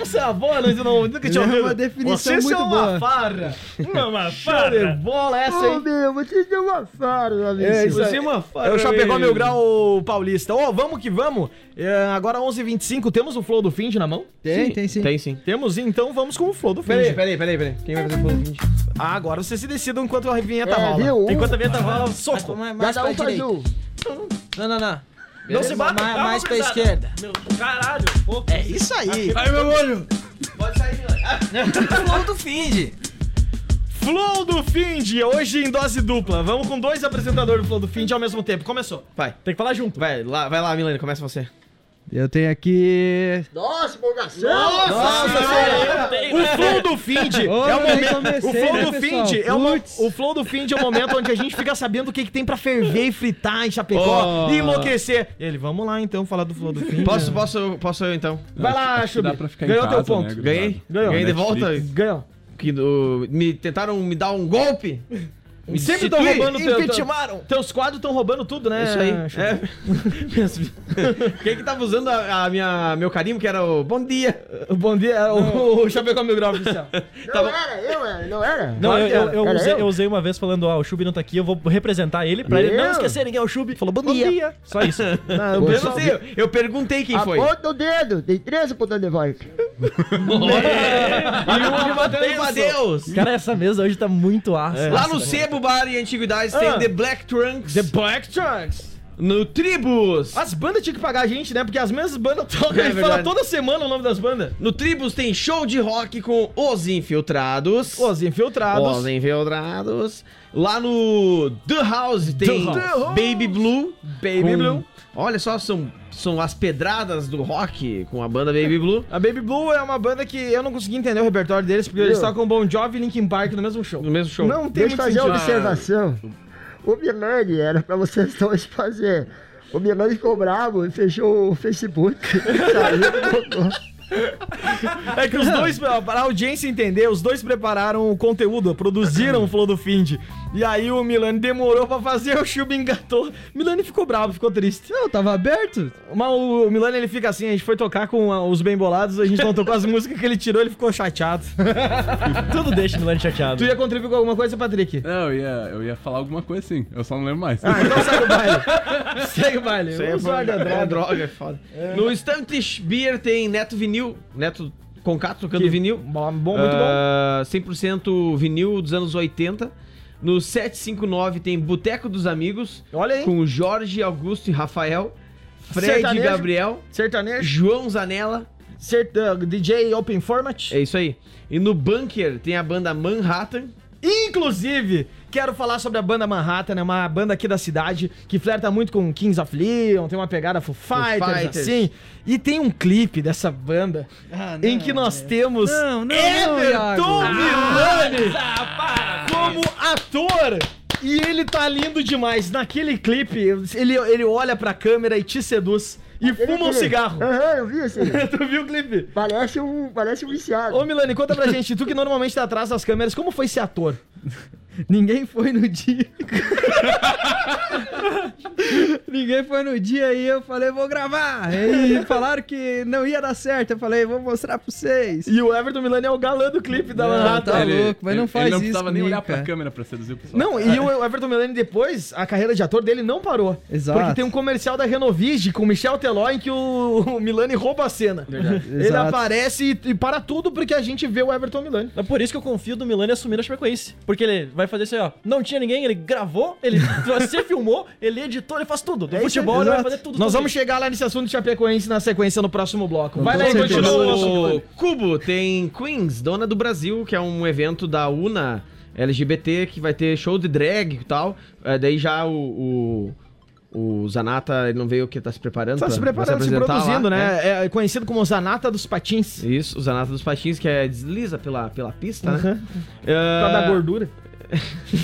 S2: Essa é a boa, Luiz, eu não, nunca tinha
S3: É uma
S2: ouvido.
S3: definição
S2: Vocês
S3: muito
S2: são uma
S3: boa.
S2: farra. Uma farra. de bola essa,
S7: Ô,
S2: hein?
S7: meu, vocês deu
S2: um
S7: uma faro, meu amigo.
S2: É, isso
S4: Você
S2: aí.
S4: é uma farra,
S2: Eu já
S4: velho.
S2: pegou meu grau paulista. Ô, vamos que vamos. É, agora 11h25, temos o flow do Find na mão?
S3: Tem, tem sim.
S5: Tem sim.
S2: Temos, então vamos com o flow do
S5: Peraí,
S2: Finge.
S5: peraí, peraí, peraí. Quem vai fazer o flow?
S2: Ah, agora vocês se decidam enquanto a vinheta
S7: É,
S2: rola.
S7: viu? Um,
S4: Enquanto a vinheta rola, soco.
S7: cada um faz um.
S9: Não, não, não.
S4: Não se bata.
S9: mais,
S4: Calma,
S9: mais pra
S4: gurizada.
S9: esquerda.
S4: Meu, caralho. Pô,
S9: É isso aí.
S6: Ai, meu olho!
S9: Flow do Finge.
S2: Flow do Find, hoje em dose dupla. Vamos com dois apresentadores do Flow do Find ao mesmo tempo. Começou.
S4: Tem que falar junto.
S5: Vai lá, vai lá, Milani, começa você.
S3: Eu tenho aqui.
S7: Nossa, empolgação!
S2: Nossa, senhora! o Flow do Find é o
S3: eu nem
S2: momento.
S3: comecei,
S2: O Flow
S3: né,
S2: do
S3: pessoal?
S2: Find é uma,
S3: Putz.
S2: o Flow do Find é o momento onde a gente fica sabendo o que, que tem pra ferver e fritar em Chapecó
S5: Oh.
S2: e enlouquecer. Ele, vamos lá então falar do Flow do Find.
S5: Posso, posso, posso eu então?
S2: Vai lá,
S6: Acho que
S2: Chubi.
S6: dá pra ficar em
S2: Ganhou
S6: casa,
S2: teu ponto.
S6: né,
S5: Ganhei?
S6: gurizada?
S5: Ganhei de
S6: Netflix.
S5: volta?
S2: Ganhou.
S5: Que do- me tentaram me dar um
S2: *laughs*
S5: golpe? Me
S2: Sempre estão
S5: destituir?
S2: roubando teu, teu,
S5: Impeachmentaram.
S2: Teus quadros estão roubando tudo, né?
S5: É isso aí.
S2: Chubi?
S5: É. Quem que tava usando a, a minha, meu carimbo, que era o bom dia?
S2: O Bom dia, é *laughs* o, o Chapecó Mil Grau Oficial.
S7: Não era, eu era, não era?
S4: Não, eu,
S2: é.
S4: eu- eu
S7: Era
S4: usei,
S7: eu?
S4: eu usei uma vez falando, ah, o Chubi não tá aqui, eu vou representar ele pra ele não
S7: Eu?
S4: esquecer ninguém é o Chubi. Falou, bom dia. Só *laughs* isso.
S2: Ah, o
S5: Eu
S2: pessoal-
S5: não sei, eu, eu perguntei
S2: Ah,
S5: quem foi.
S7: Aponta o dedo, tem 13 apontando de voz.
S5: E
S2: um
S5: o outro batendo pra Ah, Deus.
S4: Cara, essa mesa hoje tá muito ácida.
S5: Lá no Sebo Bar e Antiguidades tem
S2: Ah.
S5: The Black Trunks.
S2: The Black Trunks.
S5: No Tribus!
S2: As bandas tinham que pagar a gente, né? Porque as mesmas bandas tocam.
S5: É
S2: ele fala
S5: verdade.
S2: toda semana o nome das bandas.
S5: No Tribus tem show de rock com Os Infiltrados.
S2: Os Infiltrados.
S5: Os Infiltrados. Lá no The House tem
S2: The House.
S5: Baby Blue.
S2: Baby Blue.
S5: Olha só, são, são as pedradas do rock com a banda Baby Blue.
S2: A Baby Blue é uma banda que eu não consegui entender o repertório deles, porque eles tocam Bon Jovi e Linkin Park no mesmo show.
S5: No mesmo show.
S2: Não tem
S7: Deixa eu
S2: muito
S7: fazer
S2: sentido.
S7: uma observação. O Milani era pra vocês *laughs* dois fazer. O Milani ficou bravo e fechou o Facebook. *laughs* Saiu e voltou.
S2: É que os dois, *laughs* pra pra audiência entender, os dois prepararam o conteúdo, produziram o Flow do Find. E aí o Milani demorou pra fazer, o Chuba engatou. Milani ficou bravo, ficou triste.
S3: Não, tava aberto.
S2: Mas o Milani ele fica assim, a gente foi tocar com ah, os bem bolados, a gente não *laughs* tocou as músicas que ele tirou, ele ficou chateado.
S4: Tudo deixa o Milani chateado.
S2: tu ia contribuir com alguma coisa, Patrick?
S6: Não, eu ia, eu ia falar alguma coisa sim, eu só não lembro mais.
S2: Então segue o baile. *laughs* segue o baile. um
S5: É,
S2: Vamos falar da
S5: é
S2: droga. né?
S5: droga, é foda. No Stuntish Beer tem Neto Vinil. Neto Concato tocando vinil.
S2: Bom, bom, muito bom.
S5: Ah, 100% vinil dos anos 80. No 759 tem Boteco dos Amigos.
S2: Olha aí.
S5: Com Jorge, Augusto e Rafael. Fred
S2: Sertanejo.
S5: Gabriel.
S2: Sertanejo,
S5: João Zanella.
S2: cert- ah, DJ Open Format.
S5: É isso aí. E no Bunker tem a banda Manhattan.
S2: Inclusive, quero falar sobre a banda Manhattan, né? Uma banda aqui da cidade que flerta muito com Kings of Leon, tem uma pegada Foo Fighters,
S5: Fighters.
S2: assim. E tem um clipe dessa banda em que nós temos
S3: Ah, Não, não, não,
S2: Everton
S3: Iago. Ah,
S2: Milani como ator. E ele tá lindo demais. Naquele clipe, ele, ele olha pra câmera e te seduz e fuma um
S7: Aquele-
S2: cigarro.
S3: Ah.
S7: Aham, eu vi assim.
S2: *laughs* tu viu o clipe?
S7: Parece um, parece um viciado.
S2: Ô Milani, conta pra gente, tu que normalmente tá atrás das câmeras, como foi ser ator?
S3: Ninguém foi no dia. Ninguém foi no dia e eu falei, vou gravar. E falaram que não ia dar certo. Eu falei, vou mostrar pra vocês.
S2: E o Everton Milani é o galã do clipe da
S3: Ah,
S2: Manhattan.
S3: tá louco, mas não faz
S6: ele não
S3: isso
S6: precisava nem
S3: comigo,
S6: olhar pra
S3: cara.
S6: câmera pra seduzir o pessoal.
S2: Não, e o Everton Milani depois, a carreira de ator dele não parou.
S3: Exato.
S2: Porque tem um comercial da Renovige com o Michel Teló em que o, o Milani rouba a cena. *laughs* Ele
S3: Exato.
S2: aparece e, e para tudo porque a gente vê o Everton Milani.
S9: Então,
S4: É por isso que eu confio do Milani assumindo a Chapecoense. Porque ele vai fazer isso aí, ó. Não tinha ninguém, ele gravou, ele
S9: *laughs*
S4: se filmou, ele editou, ele faz
S2: É
S4: tudo. Do futebol, ele vai fazer tudo.
S2: Nós
S4: tudo.
S2: vamos chegar lá nesse assunto de Chapecoense na sequência no próximo bloco. Tá. Vai
S3: Com
S2: lá e
S3: certeza.
S2: continua o assunto.
S5: No Cubo tem Queens, Dona do Brasil, que é um evento da UNA LGBT que vai ter show de drag e tal. É, daí já o, o, o Zanata ele não veio que tá se preparando.
S2: Tá
S5: pra-
S2: se
S5: pra
S2: preparando, se
S5: apresentar lá, É.
S2: produzindo, né? É. conhecido como Zanata dos Patins.
S5: Isso, o Zanata dos Patins, que é desliza pela, pela pista, né?
S2: Por causa da
S5: É,
S2: gordura.
S7: Ele,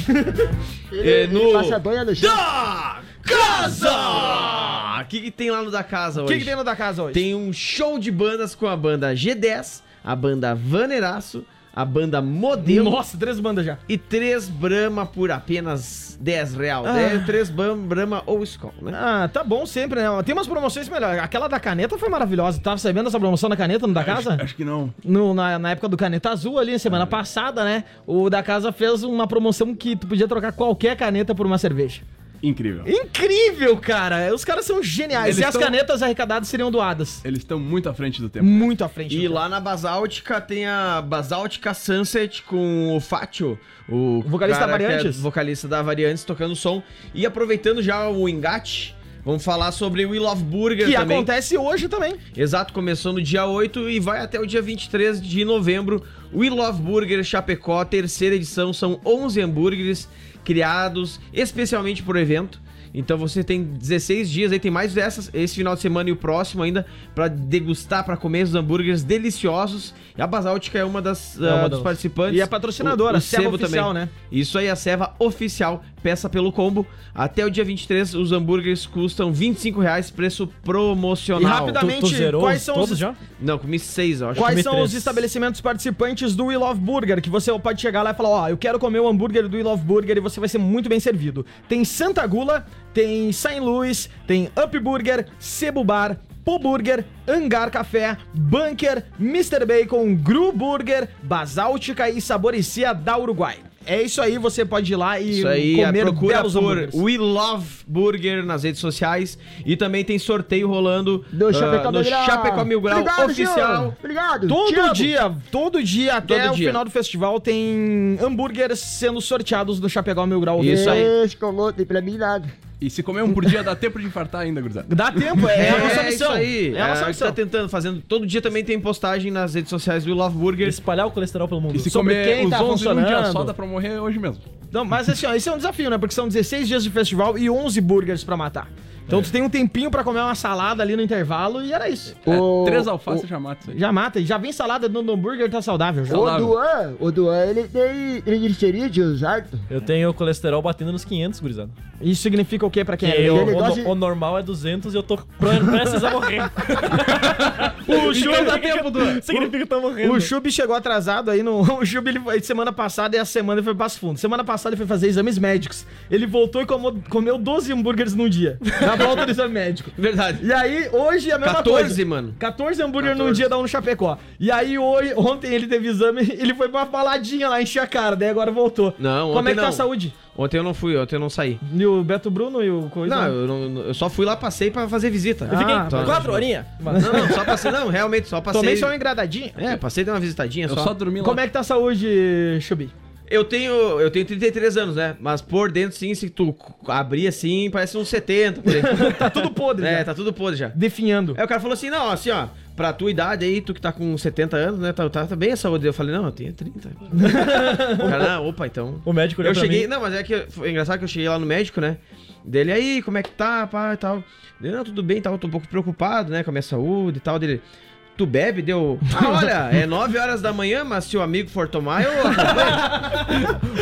S2: Uhum.
S5: é,
S7: ele
S5: no-
S7: passa banha no chão.
S5: Da
S2: né?
S5: Casa! O que, que tem lá no Da Casa
S2: O
S5: hoje?
S2: que, que tem no da casa hoje?
S5: Tem um show de bandas com a banda G10, a banda Vaneraço, a banda Modelo
S2: Nossa, três bandas já.
S5: e três Brahma por apenas 10 real. É, três Bam- Brahma ou Skol, né?
S2: Ah, tá bom sempre, né? Tem umas promoções melhores. Aquela da caneta foi maravilhosa. Tava sabendo essa promoção da caneta no da casa? *laughs*
S6: Acho que não.
S2: No- na, na época do caneta azul ali, semana passada, né? O da casa fez uma promoção que tu podia trocar qualquer caneta por uma cerveja.
S6: Incrível.
S2: Incrível, cara! Os caras são geniais.
S6: Eles
S2: e as
S6: tão-
S2: canetas arrecadadas seriam doadas.
S6: Eles estão muito à frente do tempo.
S2: Muito à frente.
S5: E lá na Basáltica tem a Basáltica Sunset com o Fátio, o
S2: vocalista
S5: cara
S2: da
S5: que é
S2: Variantes.
S5: vocalista da Variantes tocando som. E aproveitando já o engate, vamos falar sobre o We Love Burger
S2: Que
S5: também.
S2: acontece hoje também.
S5: Exato, começou no dia 8 e vai até o dia 23 de novembro. We Love Burger Chapecó, terceira edição, são 11 hambúrgueres criados especialmente para o evento. Então você tem 16 dias, aí tem mais dessas, esse final de semana e o próximo ainda, para degustar, para comer os hambúrgueres deliciosos. E a Basáltica é uma das ah,
S2: uma
S5: dos
S2: das-
S5: participantes.
S2: E a patrocinadora,
S5: o,
S2: a
S5: o
S2: Seva
S5: Sebo
S2: Oficial,
S5: também.
S2: né?
S5: Isso aí, a Seva Oficial, peça pelo combo. Até o dia 23, os hambúrgueres custam R$ 25 reais, preço promocional.
S2: E rapidamente,
S4: Tu zerou
S2: quais são
S4: todos
S2: os,
S4: já?
S5: Não, comi seis, eu acho.
S2: Quais
S4: comi
S2: são
S4: três.
S2: os estabelecimentos participantes do We Love Burger? Que você pode chegar lá e falar: Ó, eu quero comer o hambúrguer do We Love Burger e você vai ser muito bem servido. Tem Santa Gula, tem Saint Louis, tem Up Burger, Cebu Bar. Po Burger, Hangar Café, Bunker, Mr. Bacon, Gru Burger, Basáltica e Saboricia da Uruguai. É isso aí, você pode ir lá e
S5: Isso aí, a
S2: comer
S5: procura
S2: belos
S5: por
S2: hambúrgueres.
S5: We Love Burger nas redes sociais. E também tem sorteio rolando
S7: Do
S5: ah,
S7: Chapecó
S5: no
S7: Mil Grau.
S5: Chapecó Mil Grau
S7: Obrigado,
S5: oficial.
S7: senhor. Obrigado.
S2: Todo
S7: te amo.
S2: dia, todo dia até
S5: Todo
S2: o
S5: dia.
S2: final do festival tem hambúrgueres sendo sorteados do Chapecó Mil Grau.
S5: Isso aí.
S7: Esse colou, tem pra mim nada.
S6: E E se comer um por dia, dá tempo de infartar ainda, gurizada.
S2: Dá tempo, é, a nossa
S5: é
S2: missão.
S5: isso aí.
S2: É a nossa
S5: a gente
S2: missão.
S5: tá tentando, fazendo. Todo dia também tem postagem nas redes sociais do Love Burger.
S9: Espalhar o colesterol pelo mundo.
S6: E se
S9: Sobre
S6: comer
S9: quem
S6: os
S9: tá
S6: 11 num dia
S9: funcionando.
S6: só, dá pra morrer hoje mesmo.
S2: Não, mas assim, ó, esse é um desafio, né? Porque são 16 dias de festival e 11 burgers pra matar.
S5: É.
S2: Então tu tem um tempinho pra comer uma salada ali no intervalo e era isso.
S7: O-
S6: É, Três alfaces já mata isso aí.
S2: Já mata, e já vem salada no no hambúrguer, tá saudável já.
S7: O
S6: Saudável.
S7: Duan, o Duan, ele tem triglicerídeos alto.
S9: Eu tenho o colesterol batendo nos 500, gurizada.
S2: Isso significa o quê pra quem é
S9: Que eu-
S7: ele
S9: o,
S7: gosta de-
S9: o normal é 200 e eu tô pre- *laughs* prestes a morrer.
S2: O tá Chub,
S9: tempo do... Significa que eu tô morrendo.
S2: o Chub chegou atrasado aí no. *laughs* O Chub, ele foi semana passada e a semana ele foi para fundo. Semana passada ele foi fazer exames médicos. Ele voltou e comou- comeu 12 hambúrgueres num dia. Na volta do exame médico.
S5: *laughs* Verdade.
S2: E aí, hoje é a mesma
S5: 14,
S2: coisa.
S5: mano.
S2: 14 hambúrguer num dia dá um no Chapecó. E aí, hoje, ontem ele teve exame, *laughs* ele foi pra uma baladinha lá, enchia a cara, daí agora voltou.
S5: Não,
S2: Como
S5: ontem
S2: é que tá
S5: não.
S2: a saúde?
S5: Ontem eu não fui, ontem eu não saí.
S2: E o Beto Bruno e o Coisa?
S5: Não, eu, não- eu só fui lá, passei pra fazer visita.
S2: é. eu fiquei
S5: Ah, tá.
S2: quatro horinhas.
S5: Não, não, só passei, não, realmente, só passei.
S2: Tomei só um uma engradadinha.
S5: É, passei de uma visitadinha
S6: Eu
S5: só.
S6: só dormi lá.
S2: Como é que tá a saúde, Chubi?
S5: Eu tenho, eu tenho 33 anos, né? Mas por dentro, sim, se tu c- abrir assim, parece uns 70. Por aí.
S2: Tá tudo podre,
S5: *laughs* é,
S2: é,
S5: tá tudo podre já.
S2: Definhando.
S5: Aí o cara falou assim, não, assim, ó, pra tua idade aí, tu que tá com 70 anos, né, tá, tá, tá bem a saúde. Eu falei, não, eu tenho 30. o cara, não, opa, então...
S9: O médico olhou
S5: Eu
S9: pra
S5: cheguei,
S9: mim.
S5: não, mas é que foi engraçado que eu cheguei lá no médico, né? Dele, aí, como é que tá, pá, e tal. Dele, não, tudo bem, tal, tô um pouco preocupado, né, com a minha saúde e tal. Dele, tu bebe? Deu, ah, olha, é 9 horas da manhã, mas se o amigo for tomar, eu...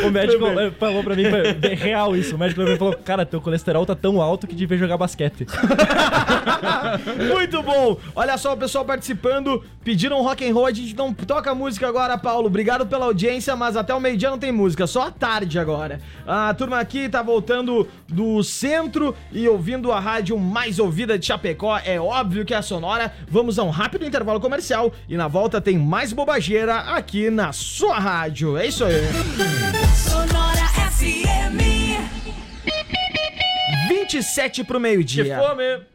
S9: O médico eh, falou pra mim, foi- é real isso. O médico olhou pra mim e falou, cara, teu colesterol tá tão alto que devia jogar basquete.
S5: É.
S2: Muito bom! Olha só o pessoal participando, pediram rock and roll, a gente não toca música agora, Paulo. Obrigado pela audiência, mas até o meio-dia não tem música, só à tarde agora. A turma aqui tá voltando do centro e ouvindo a rádio mais ouvida de Chapecó, é óbvio que é a Sonora. Vamos a um rápido intervalo comercial e na volta tem mais bobageira aqui na sua rádio. É isso aí.
S10: Sonora FM.
S2: 27 pro meio-dia.
S9: Que fome!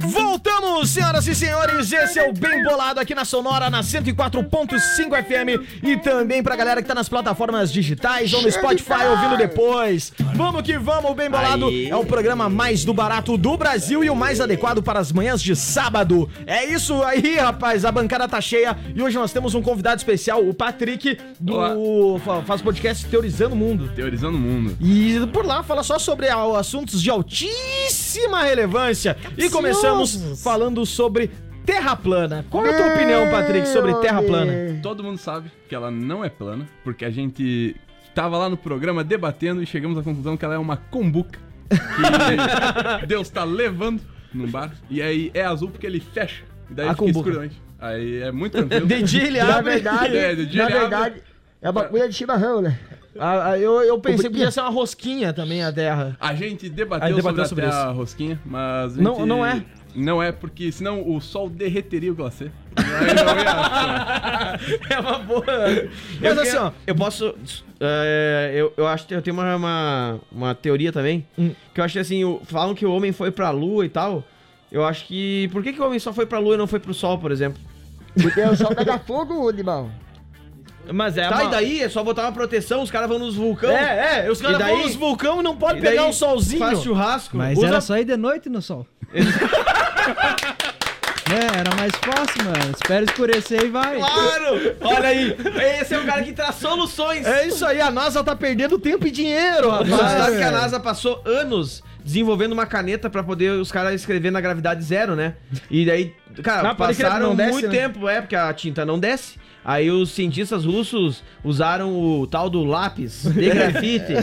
S2: Voltamos, senhoras e senhores. Esse é o Bem Bolado aqui na Sonora, na 104.5 FM. E também pra galera que tá nas plataformas digitais ou no Spotify ouvindo depois. Vamos que vamos, o Bem Bolado é o programa mais do barato do Brasil e o mais adequado para as manhãs de sábado. É isso aí, rapaz. A bancada tá cheia e hoje nós temos um convidado especial, o Patrick, do fa- Faz Podcast Teorizando o Mundo.
S6: Teorizando o mundo.
S2: E por lá fala só sobre a- assuntos de altíssima relevância. E começamos falando sobre terra plana. Qual é a tua opinião, Patrick, sobre terra
S7: É,
S2: plana?
S6: Todo mundo sabe que ela não é plana, porque a gente tava lá no programa debatendo e chegamos à conclusão que ela é uma combuca. Que *laughs* Deus tá levando num bar. E aí é azul porque ele fecha. E daí
S2: A
S6: fica
S2: cumbuca.
S6: escuro da noite. Aí é muito tranquilo.
S2: Dedilha,
S7: Na
S2: abre.
S7: verdade,
S6: É, do dia
S7: na
S6: ele abre.
S7: verdade, é uma cuia de chimarrão, né?
S2: Ah, ah, eu, eu pensei que podia ser uma rosquinha também a terra.
S6: A gente debateu,
S9: Aí debateu
S6: sobre,
S9: sobre
S6: até a rosquinha, mas. a
S2: Não-
S6: gente-
S2: não é.
S6: Não é, porque senão o sol derreteria o glacê. *laughs* Aí não ia-
S2: É uma boa. Mas
S5: eu
S2: assim,
S5: quero-
S2: ó.
S5: Eu posso. é, eu, eu acho que eu tenho uma, uma, uma teoria também.
S2: Hum.
S5: Que eu acho que assim, o- falam que o homem foi pra lua e tal. Eu acho que. Por que, que o homem só foi pra lua e não foi pro sol, por exemplo?
S7: Porque o sol pega fogo, animal.
S2: Mas é
S5: tá,
S2: uma...
S5: e daí? É só botar uma proteção, os caras vão nos vulcões.
S2: É, é, os caras
S5: E daí-
S2: vão nos vulcão e não pode
S5: e
S2: pegar
S5: daí
S2: um solzinho.
S5: Faz churrasco.
S3: Mas
S5: usa-
S3: era só ir de noite no sol. é, era mais fácil, mano. Espera escurecer e vai.
S2: *laughs*
S5: Claro! Olha aí! Esse é o cara que traz soluções!
S2: É isso aí, a NASA tá perdendo tempo e dinheiro,
S5: Você sabe
S2: rapaz.
S5: que a NASA passou anos desenvolvendo uma caneta pra poder os caras escrever na gravidade zero, né? E daí, cara,
S2: Ah, pode crer,
S5: passaram
S2: não desce,
S5: muito
S2: né?
S5: tempo, é, porque a tinta não desce. Aí os cientistas russos usaram o tal
S2: *laughs*
S5: do lápis de grafite,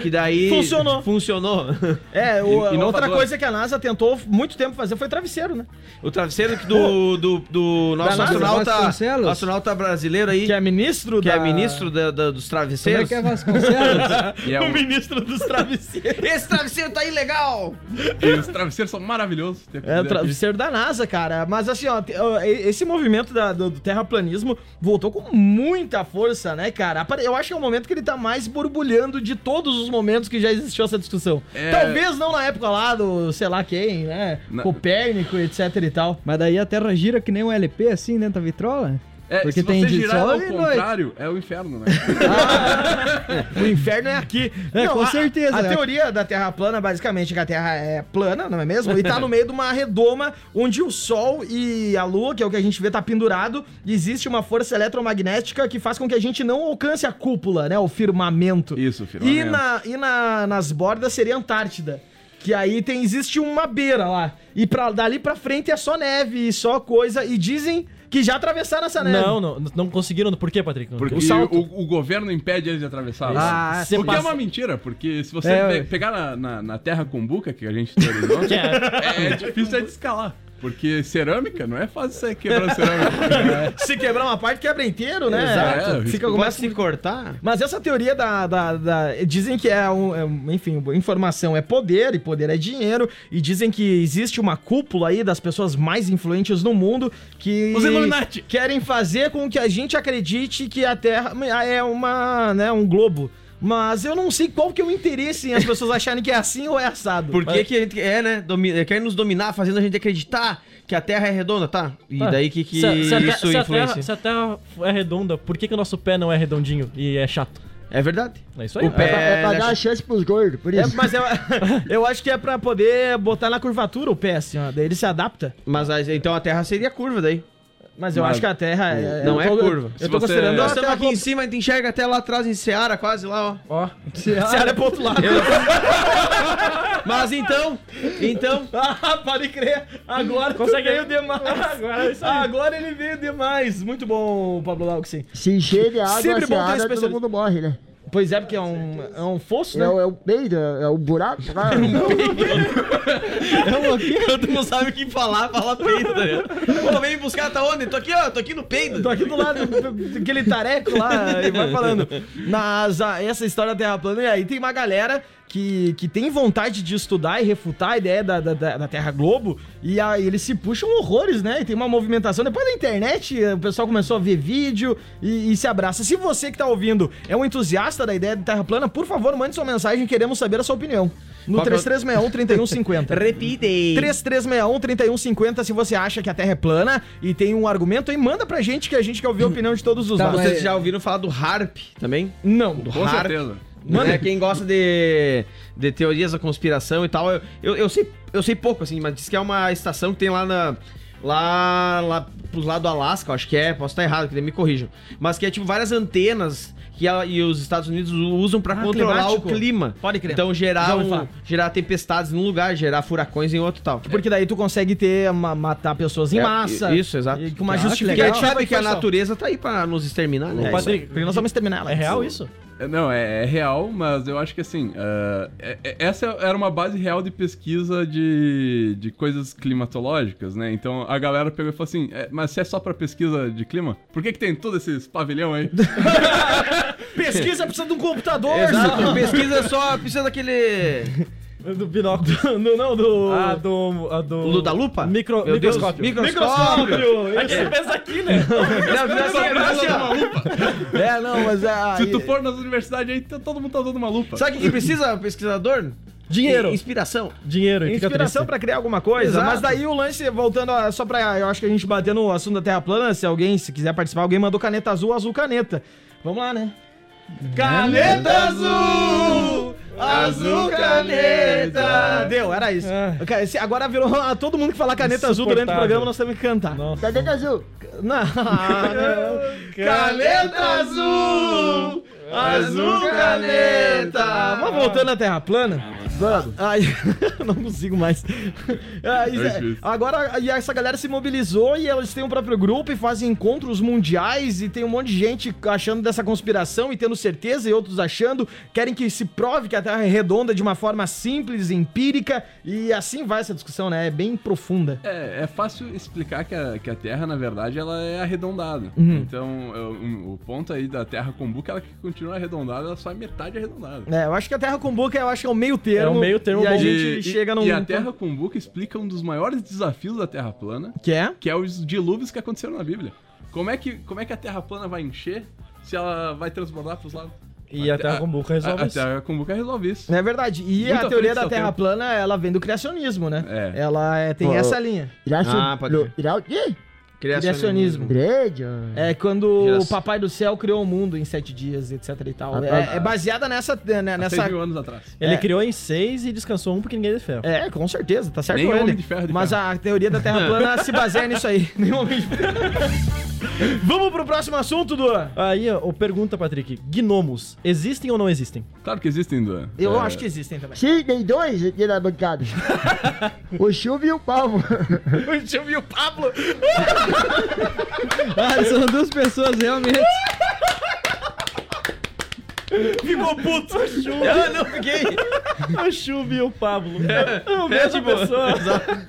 S5: que daí...
S2: Funcionou.
S5: Funcionou.
S2: *laughs* É, o-
S6: E- inovador.
S2: outra coisa que a NASA tentou muito tempo fazer foi travesseiro, né?
S5: O travesseiro que do, do, do
S2: Da
S5: nosso
S2: NASA,
S5: astronauta,
S3: Vasconcelos?
S5: astronauta brasileiro aí,
S2: Que
S5: que é,
S2: é ministro da...
S5: ministro da- da- dos
S3: Como é
S5: travesseiros.
S3: que é Vasconcelos?
S5: *laughs*
S6: e, é um-
S2: ministro dos travesseiros.
S5: Esse travesseiro tá ilegal!
S6: e os travesseiros são maravilhosos. tem que
S2: É, o
S6: dizer aqui.
S2: travesseiro da NASA, cara. Mas assim, ó, te- ó, e- esse movimento da- do, do terraplanismo voltou com muita força, né, cara? Apare- Eu acho que é o momento que ele tá mais borbulhando de todos os momentos que já existiu essa discussão.
S6: É.
S2: Talvez não na época lá do sei lá quem, né?
S6: Na-
S2: Copérnico, etc e tal.
S3: Mas daí a terra gira que nem um LP assim dentro da vitrola?
S6: É,
S3: Porque
S6: se
S3: tem
S6: você
S3: de
S6: girar
S3: sol
S6: ao
S3: e noite.
S6: contrário, é o inferno, né?
S2: O inferno é aqui.
S3: É, com
S2: a-
S3: certeza,
S2: A
S3: né?
S2: teoria da Terra plana, basicamente, é que a Terra é plana, não é mesmo? E tá no meio de uma redoma onde o Sol e a Lua, que é o que a gente vê, tá pendurado. E existe uma força eletromagnética que faz com que a gente não alcance a cúpula, né? O firmamento.
S6: *laughs* Isso, o
S2: E,
S6: firmamento.
S2: na, e na- nas bordas seria a Antártida. Que aí tem, existe uma beira lá. E pra, dali pra frente é só neve e só coisa. E dizem que já atravessaram essa neve.
S9: Não, não, não conseguiram. Por quê, Patrick?
S6: Porque
S9: o
S6: o,
S9: salto.
S6: o governo impede eles de atravessar.
S3: Ah,
S6: o que
S9: passa-
S6: é uma mentira, porque se você
S3: É,
S6: pe-
S3: ué.
S6: pegar na, na, na terra cumbuca, que a gente teorizou,
S3: *laughs*
S6: é, é difícil é de escalar. Porque cerâmica não é fácil você
S3: *laughs*
S6: quebrar cerâmica.
S2: Se quebrar uma parte, quebra inteiro, né?
S6: Exato.
S2: Fica
S5: Pode
S2: alguma
S5: se cortar?
S2: Mas essa teoria da. da- da- dizem que é, um, é um- Enfim, informação é poder e poder é dinheiro. E dizem que existe uma cúpula aí das pessoas mais influentes no mundo que.
S6: Os Illuminati.
S2: Querem fazer com que a gente acredite que a Terra é uma. né, um globo. Mas eu não sei qual que é o interesse em as pessoas acharem que é assim ou é assado.
S5: Por que, que a gente é, né? Domi... Quer nos dominar, fazendo a gente acreditar que a Terra é redonda, tá? E
S9: Ah,
S5: daí que, que
S9: se a- se a Terra-
S5: isso
S9: se a Terra-
S5: influencia?
S9: se a terra é redonda, por que, que o nosso pé não é redondinho e é chato?
S5: É verdade.
S9: É isso aí.
S5: O
S9: né?
S7: É,
S5: pé-
S4: tá-
S7: pra, é pra
S5: né,
S7: dar a chance pros gordos, por
S2: É,
S7: isso.
S2: mas eu, *laughs* eu acho que é pra poder botar na curvatura o pé, assim, ó. Daí ele se adapta.
S5: Mas aí- então a Terra seria curva daí.
S2: Mas eu
S6: Mas
S2: acho que a Terra é,
S5: não
S2: eu
S5: é
S2: tô-
S5: curva.
S2: Eu
S6: Se
S2: tô
S6: você-
S2: considerando. a
S5: Nós estamos
S2: Terra
S5: aqui em cima, a gente enxerga até lá atrás em Seara, quase lá, ó.
S9: Ó,
S2: Se olha pro outro lado.
S5: Mas então, então,
S2: Ah, pode crer. Agora Consegue. veio demais. *laughs* Agora, é ele veio demais. Muito bom, Pablo Lauco, sim.
S7: Se encher de água,
S2: Sempre
S7: a
S2: bom ter
S7: seara, todo
S2: especialista.
S7: mundo morre, né?
S2: Pois é, porque é um, é um fosso, né?
S7: É, o- é o peito, é o buraco. lá.
S5: quando tu não sabe o que falar, fala peido, tá ligado? Pô, vem me buscar, tá onde? Tô aqui, ó, tô aqui no peido.
S2: Tô aqui do lado daquele tareco lá e vai falando. Mas ah, essa história da Terra plana, e aí tem uma galera que, que tem vontade de estudar e refutar a ideia da, da, da- da Terra Globo, e aí eles se puxam horrores, né? E tem uma movimentação. Depois da internet, eh, o pessoal começou a ver vídeo e, e se abraça. Se você que tá ouvindo é um entusiasta da ideia da Terra plana, por favor, mande sua mensagem, queremos saber a sua opinião. No
S5: Qual que é o-
S2: 3361 3150.
S5: Repitei.
S2: 3361-3150 se você acha que a Terra é plana e tem um argumento, e manda pra gente que a gente quer ouvir a opinião de todos os
S5: Tá,
S2: lados.
S5: vocês já ouviram falar do harp também?
S2: Não.
S5: Do
S6: Com
S5: harp.
S6: certeza.
S5: Mano, é quem gosta de, de teorias da conspiração e tal, eu, eu, eu sei, eu sei pouco, assim, mas diz que é uma estação que tem lá na. Lá, lá pros lados do Alasca, eu acho que é, posso estar errado, que daí me corrijam. Mas que é tipo várias antenas que ela, e os Estados Unidos usam pra controlar
S2: Ah, climático.
S5: o clima.
S2: Pode crer.
S5: Então
S2: Já
S5: gerar,
S2: ouvi
S5: um-
S2: falar.
S5: gerar tempestades num lugar, gerar furacões em outro e tal.
S2: Porque daí tu consegue ter ma- matar pessoas em
S5: É,
S2: massa.
S5: Isso, exato.
S2: E com uma
S5: Ah, que
S2: justificativa
S5: legal. Porque a gente sabe
S2: e
S5: que a
S2: foi só.
S5: natureza tá aí pra nos exterminar, né?
S9: Ô, Patrick,
S2: Porque nós vamos terminar ela.
S9: é real isso?
S6: É, Não, é, é real, mas eu acho que assim. ah, é- é- essa era uma base real de pesquisa de, de coisas climatológicas, né? Então a galera pegou e falou assim: "É, mas se é só pra pesquisa de clima, por que, que tem todos esses pavilhão aí? *laughs*
S2: Pesquisa precisa de um computador,
S5: Exato. *laughs* Pesquisa só, precisa daquele.
S9: Do binóculo. não, não, do. Ah, do. A do...
S5: O do da lupa?
S9: Micro,
S5: Meu Deus,
S9: microscópio.
S5: *laughs* Microscópio. é
S9: É que ele pensa aqui, né?
S2: não. É, não, mas a.
S6: Se tu for nas universidades aí, tá- todo mundo tá usando uma lupa.
S5: Sabe o que que precisa, pesquisador?
S9: Dinheiro.
S5: Inspiração.
S9: Dinheiro. e fica
S2: Inspiração
S9: triste.
S2: pra criar alguma coisa.
S5: Exato.
S2: Mas daí o lance, voltando a- só pra. Eu acho que a gente bater no assunto da Terra plana. Se alguém, se quiser participar, alguém mandou caneta azul, azul caneta. Vamos lá, né? Caneta azul!
S6: azul caneta.
S2: Deu, era isso.
S9: Ah.
S2: Cara, esse- Agora virou ah, todo mundo que falar caneta azul durante o
S9: Insuportável.
S2: programa, nós temos que cantar. Não.
S9: Nossa.
S7: Cadê Tá azul?
S2: caneta azul! Azul caneta! Mas voltando à Terra plana.
S7: Vamos.
S2: Ai, *laughs* não consigo mais. Ah, isso é-
S6: difícil.
S2: agora, e essa galera se mobilizou e elas têm um próprio grupo e fazem encontros mundiais e tem um monte de gente achando dessa conspiração e tendo certeza e outros achando, querem que se prove que a Terra é redonda de uma forma simples, empírica e assim vai essa discussão, né? É bem profunda.
S6: É, é fácil explicar que a, que a Terra, na verdade, ela é arredondada.
S2: Uhum.
S6: Então, é, o, o ponto aí da Terra Kombuka, ela que continua arredondada, ela só é metade arredondada.
S2: É, eu acho que a Terra com boca, eu acho que é o meio termo.
S9: É o meio termo
S2: e a
S9: bom.
S2: gente
S6: E-
S2: chega num
S6: E a Terra Kombuka explica um dos maiores desafios da Terra plana,
S2: que é?
S6: que é os dilúvios que aconteceram na Bíblia. Como é que, como é que a Terra plana vai encher se ela vai transbordar pros lados?
S9: E a Terra Combuca resolve
S6: a,
S9: isso.
S6: A Terra Kombuka resolve isso.
S2: É verdade. E
S6: Muito à
S2: a
S6: frente
S2: teoria
S6: do
S2: da
S6: seu
S2: Terra
S6: tempo.
S2: plana, ela vem do criacionismo, né?
S6: É.
S2: Ela é, tem
S7: Ó,
S2: essa linha.
S7: Irá su-
S5: Ah, pode
S7: lo-
S5: crer.
S7: irá o quê?
S2: Criacionismo.
S7: Prédio.
S2: É quando
S5: Geração.
S2: o Papai do Céu criou o mundo em sete dias, etc e tal. É, é baseada nessa. né,
S6: Seis
S2: nessa
S6: mil anos atrás.
S4: Ele
S2: É.
S4: criou em seis e descansou um porque ninguém é de ferro.
S2: é, com certeza, tá certo
S6: Nem
S2: ele.
S6: Homem de Ferro de
S2: Mas
S6: ferro.
S2: a teoria da Terra
S6: *laughs*
S2: plana se baseia nisso aí. *laughs* Nem homem de ferro. Vamos pro próximo assunto, Duan?
S4: Aí, ó, pergunta, Patrick: gnomos existem ou não existem?
S6: Claro que existem, Duan.
S2: Eu
S6: É,
S2: acho que existem também.
S7: Sim, tem dois aqui na bancada. o Chuva e o Palmo.
S2: Eu vi o Pablo.
S3: Ah, são duas pessoas realmente.
S4: Ficou puto! Eu não fiquei! A Chuva e o Pablo. É, é a mesma pessoa.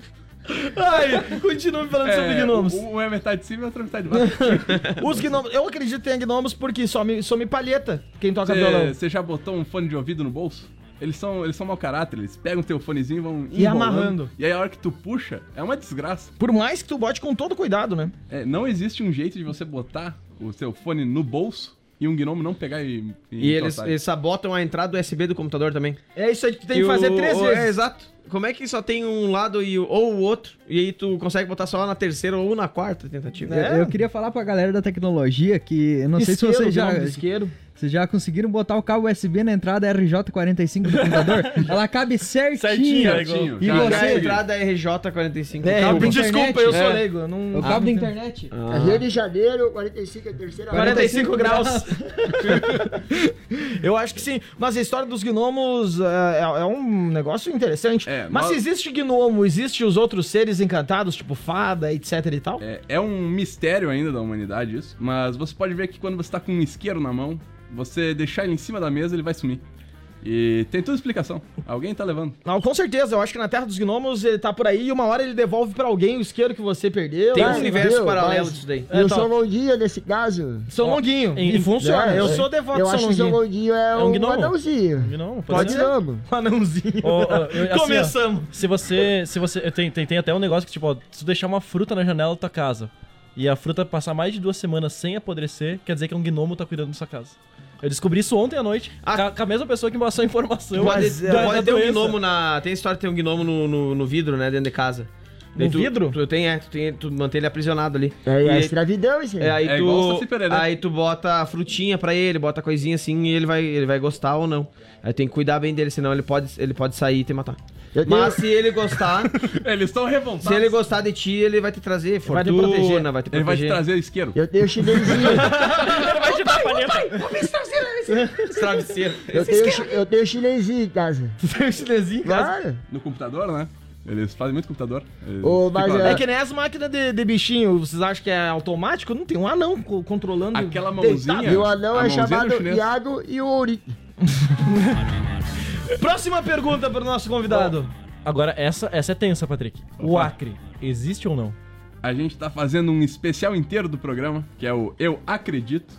S4: Ai, continua me falando sobre
S6: É,
S4: gnomos.
S6: um um é metade de cima e outro é metade
S2: *laughs*
S6: de baixo.
S2: Tá Os gnomos. Eu acredito que tem gnomos porque some, some palheta quem toca
S6: Você
S2: violão.
S6: você já botou um fone de ouvido no bolso? Eles são, eles são mau caráter, eles pegam teu fonezinho e vão
S4: né?
S2: E
S6: enrolando.
S2: amarrando.
S6: E aí a hora que tu puxa, é uma desgraça.
S2: Por mais que tu bote com todo cuidado, né?
S6: É, não existe um jeito de você botar o seu fone no bolso e um gnomo não pegar e.
S5: E eles,
S6: encostar.
S5: eles sabotam a entrada USB do computador também.
S2: É isso aí que tu tem que fazer três
S5: É,
S2: vezes.
S5: exato. Como é que só tem um lado e, o- ou o outro, e aí tu consegue botar só na terceira ou na quarta tentativa?
S3: É, Eu,
S2: É.
S3: eu queria falar pra galera da tecnologia que eu não sei se vocês já,
S2: gnomo de isqueiro.
S3: vocês já conseguiram botar o cabo USB na entrada RJ45 do computador. Ela cabe certinho.
S6: Certinho.
S3: E
S6: Já- é
S5: Pegar
S3: você?
S5: a entrada é RJ45.
S2: É,
S5: Cabo.
S2: eu-
S3: internet.
S2: desculpa, eu sou
S5: É.
S2: leigo. eu Não...
S3: O cabo da internet.
S5: Ah.
S7: É Rio de Janeiro, 45 é a terceira
S2: 45 graus. *laughs* Eu acho que sim. Mas a história dos gnomos é, é- é um negócio interessante.
S6: É,
S2: mas
S6: nós-
S2: se existe gnomo, existe os outros seres encantados, tipo fada, etc e tal?
S6: É, é um mistério ainda da humanidade isso, mas você pode ver que quando você tá com um isqueiro na mão, você deixar ele em cima da mesa, ele vai sumir. E tem toda explicação. Alguém tá levando.
S2: Não, com certeza. Eu acho que na Terra dos Gnomos ele tá por aí e uma hora ele devolve pra alguém o isqueiro que você perdeu.
S5: Tem um
S2: Ah,
S5: universo
S7: viu?
S5: paralelo
S7: Mas-
S5: disso daí.
S7: E
S2: É,
S7: o
S2: tá.
S7: São Longuinho, nesse caso.
S2: São um Longuinho. *laughs*
S4: em-
S2: e funciona. É.
S7: né?
S2: eu sou devoto
S7: Eu
S2: de
S7: acho que o
S2: São
S7: São
S2: Longuinho.
S7: Longuinho é,
S4: um
S7: um,
S4: gnomo?
S7: anãozinho.
S4: Gnomo, pode
S7: Pode
S4: ser.
S7: ser.
S2: Um Anãozinho.
S4: Ó, ó, eu- assim, ó,
S2: Começamos.
S4: se você. Se você. Tem, tem, tem até um negócio que, tipo, ó, se tu deixar uma fruta na janela da tua casa e a fruta passar mais de duas semanas sem apodrecer, quer dizer que um gnomo tá cuidando da sua casa. Eu descobri isso ontem à noite,
S5: Ah.
S4: ca- com, a mesma pessoa que me passou a informação.
S5: Pode,
S2: é,
S4: da- é da
S5: pode ter um
S4: doença.
S5: gnomo na. Tem história que tem um gnomo no, no, no vidro, né? Dentro de casa. Daí
S2: No
S5: tu,
S2: vidro?
S5: Tu tem, é, tu, tem, tu mantém ele aprisionado ali.
S7: É,
S5: E
S7: é
S5: aí-
S7: escravidão, gente.
S5: É, aí,
S6: É igual o
S5: tu,
S6: Saci Pererê.
S5: aí tu bota a frutinha pra ele, bota a coisinha assim e ele vai, ele vai gostar ou não. Aí tem que cuidar bem dele, senão ele pode, ele pode sair e te matar.
S7: Eu tenho-
S5: Mas se ele gostar,
S6: *laughs* Eles estão revoltados.
S5: se ele gostar de ti, ele vai te trazer
S2: Vai te proteger.
S5: fortuna, vai te
S6: Ele vai te
S5: proteger.
S6: trazer isqueiro.
S7: Eu tenho chinesinho.
S2: tá
S5: travesseiro.
S7: eu, tenho, chi- eu tenho chinesinho em casa.
S2: Tem o chinesinho.
S7: Claro.
S6: No computador, né? Eles fazem muito computador. Eles
S7: Ô, mas,
S6: ficam lá.
S2: É que nem as máquinas de, de bichinho, vocês acham que é automático? Não tem um anão co- controlando.
S6: Aquela mãozinha.
S7: E o anão
S6: a
S7: é
S6: mãozinha do
S7: chamado
S6: chinês.
S7: Iago e Uri.
S2: Próxima pergunta pro nosso convidado.
S4: Agora, essa, essa é tensa, Patrick. O Acre, existe ou não?
S6: A gente tá fazendo um especial inteiro do programa, que é o Eu Acredito.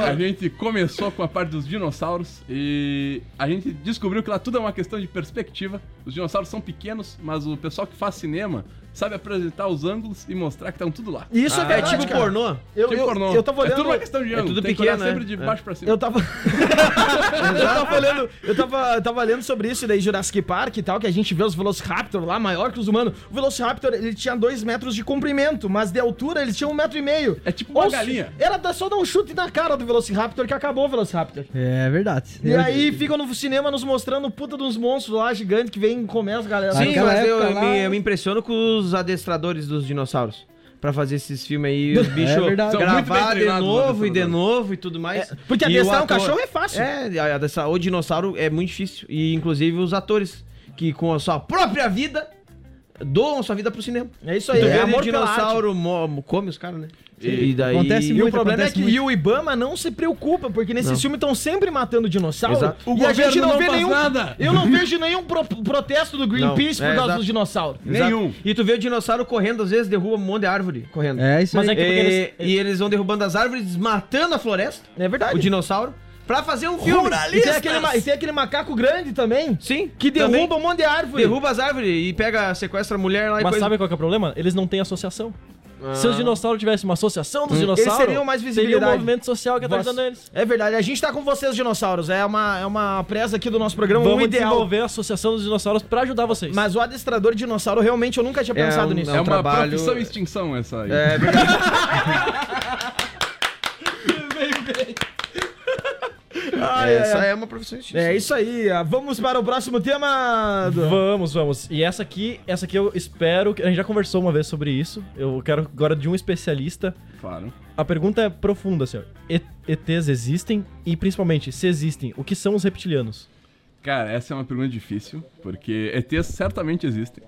S6: E a gente começou com a parte dos dinossauros e a gente descobriu que lá tudo é uma questão de perspectiva. Os dinossauros são pequenos, mas o pessoal que faz cinema sabe apresentar os ângulos e mostrar que estão tudo lá.
S2: Isso é
S5: É
S2: verdade,
S5: tipo
S2: cara.
S5: pornô.
S2: Eu,
S6: Tipo
S2: eu,
S6: pornô.
S2: eu tava
S6: É tudo
S2: olhando.
S6: uma questão de ângulo.
S5: tudo
S6: Tem que olhar
S5: pequeno,
S6: sempre de baixo pra cima.
S2: né? É. Eu tava. *laughs* eu tava olhando. Eu tava, tava lendo sobre isso daí, Jurassic Park e tal, que a gente vê os Velociraptor lá, maior que os humanos. O Velociraptor, ele tinha dois metros de comprimento, mas de altura ele tinha um metro e meio.
S6: É tipo uma
S2: Ou se-
S6: galinha.
S2: Era dar- só dar um chute na cara do Velociraptor que acabou o Velociraptor.
S3: É verdade.
S2: E
S3: Eu-
S2: aí ficam no cinema nos mostrando puta dos monstros lá, gigante, que vem e começa a galera.
S5: Sim,
S3: Naquela
S5: mas eu,
S3: época
S5: eu
S3: lá-
S5: me, eu me impressiono com os adestradores dos dinossauros. Pra fazer esses filmes aí, os bichos
S3: verdade.
S6: São muito bem
S5: gravar de
S6: treinados, os
S5: novo e de
S6: adestradores.
S5: novo e tudo mais.
S2: É, porque
S5: E o
S2: adestrar um
S5: ator-
S2: cachorro é fácil.
S5: É, a- adestrar o dinossauro é muito difícil. E inclusive os atores, que com a sua própria vida, doam sua vida pro cinema.
S2: É isso
S5: Tu
S2: aí,
S5: vê
S2: é
S5: o
S2: amor pela arte.
S5: dinossauro mo- come os caras, né?
S6: E-
S5: daí...
S3: acontece
S2: E o
S3: muito,
S2: problema é
S3: acontece
S2: que
S3: muito.
S2: e o Ibama não se preocupa, porque nesse
S5: Não.
S2: filme estão sempre matando dinossauro.
S5: Exato.
S2: O e a gente não, vê nenhum. Eu não vejo nenhum pro- protesto do Greenpeace
S5: Não, é,
S2: por causa
S5: exato.
S2: dos dinossauros.
S5: Exato.
S6: Nenhum.
S5: E tu vê o dinossauro correndo, às vezes derruba um monte de árvore correndo.
S3: É isso
S4: Mas
S3: aí.
S4: é que porque
S5: e,
S4: eles-
S5: e eles vão derrubando as árvores, desmatando a floresta,
S2: É verdade.
S5: o dinossauro, pra fazer um filme.
S2: E tem, aquele, ma- e tem aquele macaco grande também,
S5: Sim,
S2: que derruba
S5: também
S2: um monte de árvore.
S5: derruba as árvores e pega, sequestra a mulher lá e
S4: Mas
S5: coisa.
S4: sabe qual que é o problema? Eles não têm associação. Se os dinossauros tivessem uma associação
S2: Ah.
S4: dos
S2: Hum, Eles
S4: dinossauros,
S2: seriam mais
S4: teria um
S2: visibilidade.
S4: movimento social que tá ajudando eles.
S2: É verdade, a gente tá com vocês, dinossauros. É uma, é uma presa aqui do nosso programa, um
S4: Vamos
S2: ideal.
S4: desenvolver a associação dos dinossauros pra ajudar vocês.
S2: Mas o adestrador dinossauro, realmente, eu nunca tinha
S3: É
S2: pensado
S3: um-
S2: nisso.
S6: É uma
S3: trabalho-
S6: profissão extinção essa aí.
S5: É,
S2: É.
S5: Essa é uma profissão extinta.
S2: É isso aí, ah, vamos para o próximo tema. Du.
S4: Vamos, vamos. E essa aqui, essa aqui eu espero que a gente já conversou uma vez sobre isso. Eu quero agora de um especialista.
S6: Claro.
S4: A pergunta é profunda, senhor. E- ETs existem e principalmente se existem, o que são os reptilianos?
S6: Cara, essa é uma pergunta difícil, porque ETs certamente existem.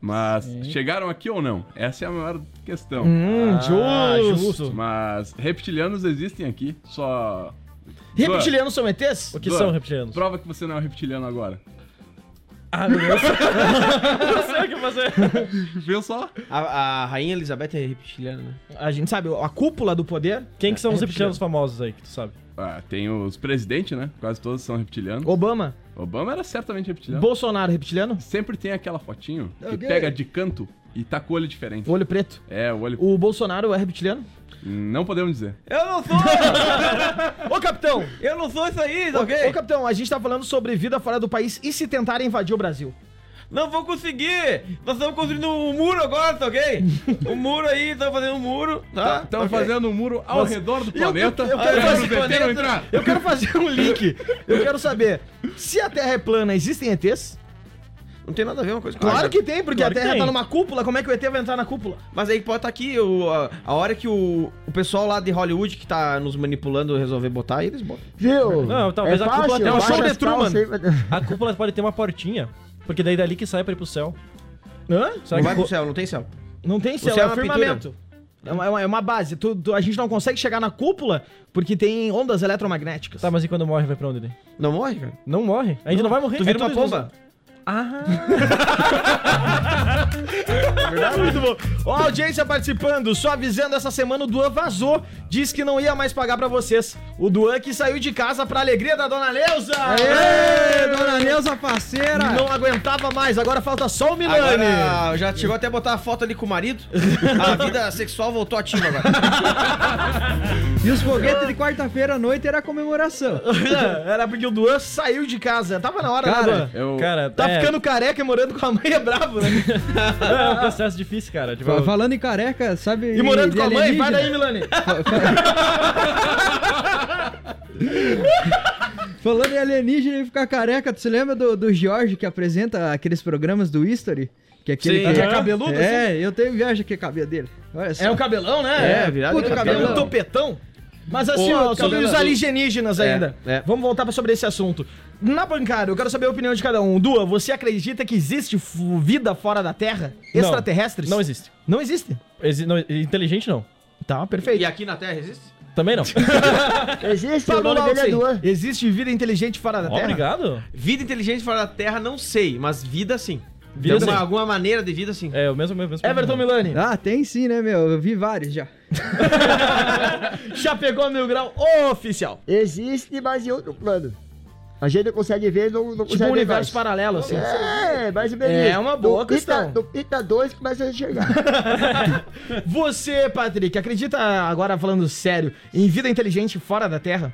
S6: Mas chegaram aqui ou não? Essa é a maior questão.
S2: Hum,
S4: Ah, justo.
S6: Mas reptilianos existem aqui, só.
S2: Reptilianos são ETs?
S4: O que
S6: Duan,
S4: são reptilianos?
S6: Prova que você não é um reptiliano agora.
S4: Ah, meu
S6: *laughs*
S4: Deus. Não sei o que fazer.
S6: Viu só?
S5: A, a rainha Elizabeth é reptiliana, né?
S2: A gente sabe, a cúpula do poder.
S4: Quem que são os reptilianos famosos aí que tu sabe?
S6: Ah, tem os presidentes, né? Quase todos são reptilianos.
S2: Obama,
S6: Obama era certamente reptiliano.
S2: Bolsonaro, é reptiliano?
S6: Sempre tem aquela fotinho que pega de canto e tá com o olho diferente.
S2: Olho preto.
S6: É, o olho.
S2: O Bolsonaro é reptiliano?
S6: Não podemos dizer.
S3: Eu não sou!
S5: *laughs*
S2: Ô, capitão!
S3: Eu não sou isso aí, tá
S2: Ô,
S3: ok?
S2: capitão, a gente tá falando sobre vida fora do país e se tentarem invadir o Brasil.
S3: Não vou conseguir! Nós estamos construindo um muro agora, tá ok? Um muro aí, estamos fazendo um muro, tá?
S6: Estão fazendo um muro ao redor do planeta.
S2: eu quero
S6: pra
S2: fazer
S6: os ET não entrar.
S2: Eu quero fazer um link. Eu quero saber se a Terra é plana, existem ETs?
S5: Não tem nada a ver uma coisa com a
S2: Claro
S5: outra.
S2: que tem, porque
S4: Claro
S2: a
S4: que
S2: Terra
S4: tem.
S2: tá numa cúpula. Como é que o ET vai entrar na cúpula?
S5: Mas aí pode estar aqui, o- a, a hora que o, o pessoal lá de Hollywood que tá nos manipulando resolver botar, aí eles botam.
S7: Viu? É
S4: Não, talvez a cúpula tenha um
S7: baixa
S4: show de
S7: as
S4: Truman.
S7: calças aí, mas-
S4: A cúpula pode ter uma portinha, porque daí dali que sai pra ir pro céu.
S2: Hã?
S3: Então
S4: Será
S5: não
S3: é
S4: que
S5: vai
S4: co-
S5: pro céu, não tem céu.
S2: Não tem céu,
S5: céu
S2: é
S5: é
S2: um
S5: uma
S2: firmamento. É uma, é uma- é uma base. Tu- tu- a gente não consegue chegar na cúpula porque tem ondas eletromagnéticas.
S4: Tá, mas e quando morre vai pra onde daí?
S5: Não morre, cara?
S4: Não morre. A gente não vai morrer.
S5: Tu vira
S4: É
S5: uma
S4: tudo isso.
S5: pomba?
S2: Ah. Muito bom. Ó, a audiência participando, só avisando, essa semana o Duan vazou, disse que não ia mais pagar pra vocês. O Duan que saiu de casa pra alegria da Dona Leusa.
S3: Ê, dona Neuza parceira!
S2: Não aguentava mais, agora falta só o Milani.
S5: Agora, já chegou até a botar a foto ali com o
S4: *laughs*
S5: marido. A vida sexual voltou ativa agora.
S3: E os foguetes de quarta-feira à noite era comemoração.
S2: Era porque o Duan saiu de casa, tava na hora, né, Duan?
S4: Cara,
S6: Eu-
S4: cara
S2: Tá
S4: é,
S2: ficando careca e morando com a mãe é bravo, né?
S4: é um processo difícil, cara. Tipo,
S3: Fa- Falando em careca, sabe.
S2: E morando
S3: de
S2: com a mãe, vai
S3: é alienígena?
S2: daí, Milani.
S3: Falando em alienígena e ficar careca, tu se lembra do, do Jorge que apresenta aqueles programas do History? Que é aquele
S5: Sim.
S3: que
S5: Que
S2: é cabeludo,
S3: É, eu tenho viagem que é cabelo dele. Olha só.
S2: É um cabelão, né?
S5: É, virado
S2: Puta,
S5: de
S2: cabelo.
S5: cabelão.
S2: Um topetão. Mas assim,
S5: Ô,
S2: ó, sobre
S5: cabelão.
S2: os alienígenas ainda.
S5: é.
S2: Vamos voltar pra- sobre esse assunto. Na bancada, eu quero saber a opinião de cada um. Dua, você acredita que existe f- vida fora da Terra?
S4: Não.
S2: Extraterrestres?
S4: Não existe.
S2: Não existe.
S4: Exi- não, inteligente não.
S2: Tá, perfeito.
S5: E aqui na Terra existe?
S4: Também não.
S7: Existe, o
S2: Pablo
S7: nome dele é Duan.
S2: Lautsen, existe vida inteligente fora da Terra?
S4: Obrigado.
S5: Vida inteligente fora da Terra, não sei, mas vida sim.
S4: Vida
S5: Alguma-
S4: sim.
S5: Alguma maneira de vida sim.
S4: É, o mesmo, mesmo. mesmo
S2: Everton Milani,
S3: Ah, tem sim, né, meu? Eu vi vários já.
S2: já pegou mil grau oficial.
S7: *laughs* Existe, mas em outro plano. A gente não consegue ver, não, não consegue
S2: Tipo um
S7: ver
S2: universo
S7: mais.
S2: paralelo, assim.
S7: É, mais ou menos.
S2: É
S7: isso.
S2: uma boa
S7: do Pita-
S2: questão.
S7: do Pita 2 começa a enxergar.
S2: Você, Patrick, acredita, agora falando sério, em vida inteligente fora da Terra?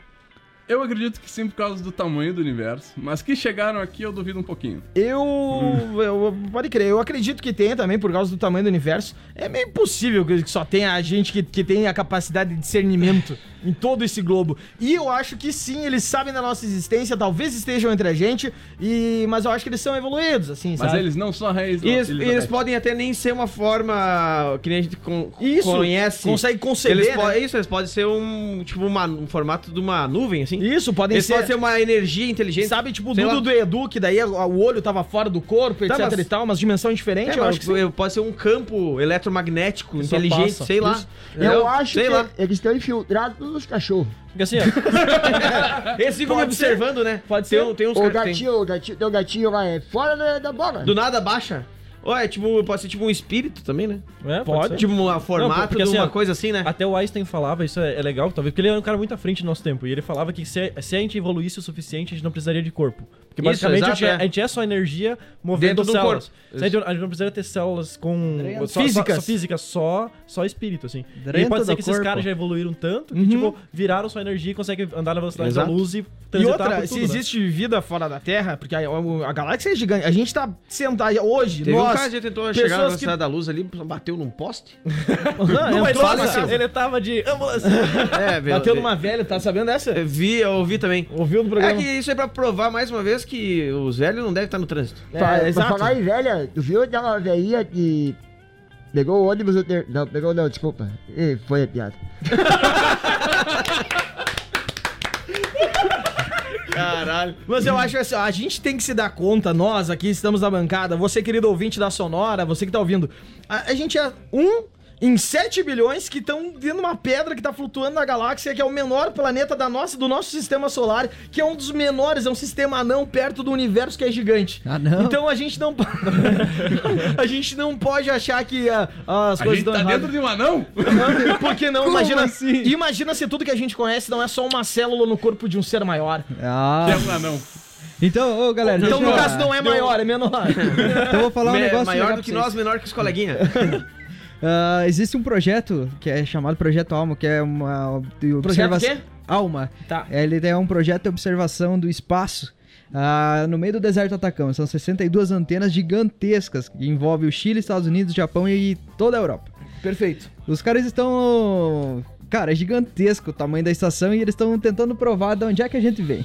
S6: Eu acredito que sim por causa do tamanho do universo, mas que chegaram aqui eu duvido um pouquinho.
S2: Eu, eu- Pode crer, eu acredito que tenha também, por causa do tamanho do universo. É meio impossível que que só tenha a gente que, que tem a capacidade de discernimento em todo esse globo. E eu acho que sim, eles sabem da nossa existência, talvez estejam entre a gente, e mas eu acho que eles são evoluídos, assim,
S6: Mas
S2: sabe?
S6: eles não são a raiz da
S5: E eles, e
S6: Elizabeth.
S5: eles podem até nem ser uma forma que nem a gente con-
S2: Isso,
S5: conhece.
S2: consegue conceber,
S5: Eles
S2: né?
S5: po- Isso, eles podem ser um tipo uma- um formato de uma nuvem, assim.
S2: Isso, podem
S5: eles
S2: ser...
S5: podem ser uma energia inteligente.
S2: Sabe, tipo, o
S5: Sei
S2: Dudu
S5: lá.
S2: do Edu, que daí a- o olho tava fora do corpo,
S5: Tá,
S2: etc
S5: mas-
S2: e tal, mas dimensão diferente,
S5: É,
S2: eu
S5: mas
S2: acho que sim.
S5: pode ser um campo eletromagnético,
S4: Que só
S5: inteligente,
S4: passa.
S5: sei lá.
S4: Isso.
S5: entendeu?
S7: Eu acho
S5: sei
S7: que
S5: lá.
S7: eles estão infiltrados nos cachorros.
S4: Porque assim,
S2: *laughs*
S4: ó,
S5: Eles ficam me
S2: Pode ser.
S5: observando, né?
S2: Pode
S5: Tem,
S2: ser.
S5: um- tem uns
S7: O
S5: caras que tem.
S7: gatinho, o gatinho, tem um gatinho lá, é fora da, da bola.
S5: Do nada baixa. Ou é tipo, pode ser tipo um espírito também, né?
S4: É, ser.
S5: Tipo um
S4: Não,
S5: formato de
S4: porque, assim,
S5: uma
S4: ó,
S5: coisa assim, né?
S4: Até o Einstein falava, isso é, é legal, talvez, porque ele era um cara muito à frente do nosso tempo. E ele falava que se, se a gente evoluísse o suficiente, a gente não precisaria de corpo. Porque
S5: Isso,
S4: basicamente a,
S5: exato,
S4: gente é,
S5: é.
S4: a gente é só energia movendo
S5: Dentro do
S4: células.
S5: corpo.
S4: Se a, gente, a gente não precisaria ter células com. Só,
S2: Físicas.
S4: Só, só física, só, só espírito, assim. e
S3: Dentro
S4: pode ser
S3: do
S4: que esses
S3: corpo.
S4: caras já evoluíram tanto que, tipo, viraram só energia e conseguem andar na velocidade
S5: Exato.
S4: da luz e
S2: Uhum. E
S4: transitar
S2: outra,
S4: por
S2: se
S4: tudo, né?
S2: existe vida fora da Terra, porque a, a galáxia é gigante, a gente tá sentado hoje,
S5: Teve um
S2: nós,
S5: cara que tentou
S2: pessoas
S5: chegar na
S2: que-
S5: velocidade da luz ali, bateu num poste.
S2: Não,
S4: Mas
S2: entrou
S4: olha,
S2: numa casa.
S4: ele tava de ambulância.
S5: É, velho.
S2: bateu numa velha, tá sabendo dessa?
S5: Eu Vi, eu ouvi também.
S2: *laughs* Ouviu no
S5: É
S2: programa?
S5: que isso é pra provar mais uma vez que os velhos não devem estar no trânsito.
S2: É,
S7: pra, pra
S2: exato.
S7: falar em velha, tu viu aquela velhinha que pegou o ônibus o ter... Não, pegou não, desculpa. Ih, foi a piada.
S5: Caralho.
S2: Mas eu acho assim, ó, a gente tem que se dar conta, nós aqui estamos na bancada, você querido ouvinte da Sonora, você que tá ouvindo, a, a gente é um em 7 bilhões que estão dentro de uma pedra que tá flutuando na galáxia, que é o menor planeta da nossa, do nosso sistema solar, que é um dos menores, é um sistema anão perto do universo que é gigante.
S3: Ah, não.
S2: Então a gente não. po- *laughs* a gente não pode achar que ah, as
S6: A
S2: coisas
S6: gente tá
S2: estão erradas.
S6: dentro de um anão?
S2: *laughs* Por que não? Imagina,
S3: assim?
S2: imagina se tudo que a gente conhece não é só uma célula no corpo de um ser maior.
S3: Ah,
S6: *laughs* É um anão.
S3: então, ô galera,
S2: Então,
S3: deixa
S2: no
S3: eu-
S2: caso, não é maior, é menor.
S3: Então *laughs* eu vou falar um
S5: Me-
S3: negócio
S5: maior
S3: legal
S5: do que
S3: pra
S5: nós,
S3: vocês.
S5: menor que os coleguinhas.
S3: Ah, existe um projeto que é chamado Projeto Alma, que é uma de
S2: Projeto
S3: observação.
S2: quê?
S3: Alma.
S2: Tá.
S3: Ele é um projeto de observação do espaço. ah, no meio do deserto do Atacama, são 62 antenas gigantescas que envolvem o Chile, Estados Unidos, Japão e toda a Europa.
S2: Perfeito.
S3: Os caras estão. Cara, é gigantesco o tamanho da estação e eles estão tentando provar de onde é que a gente vem.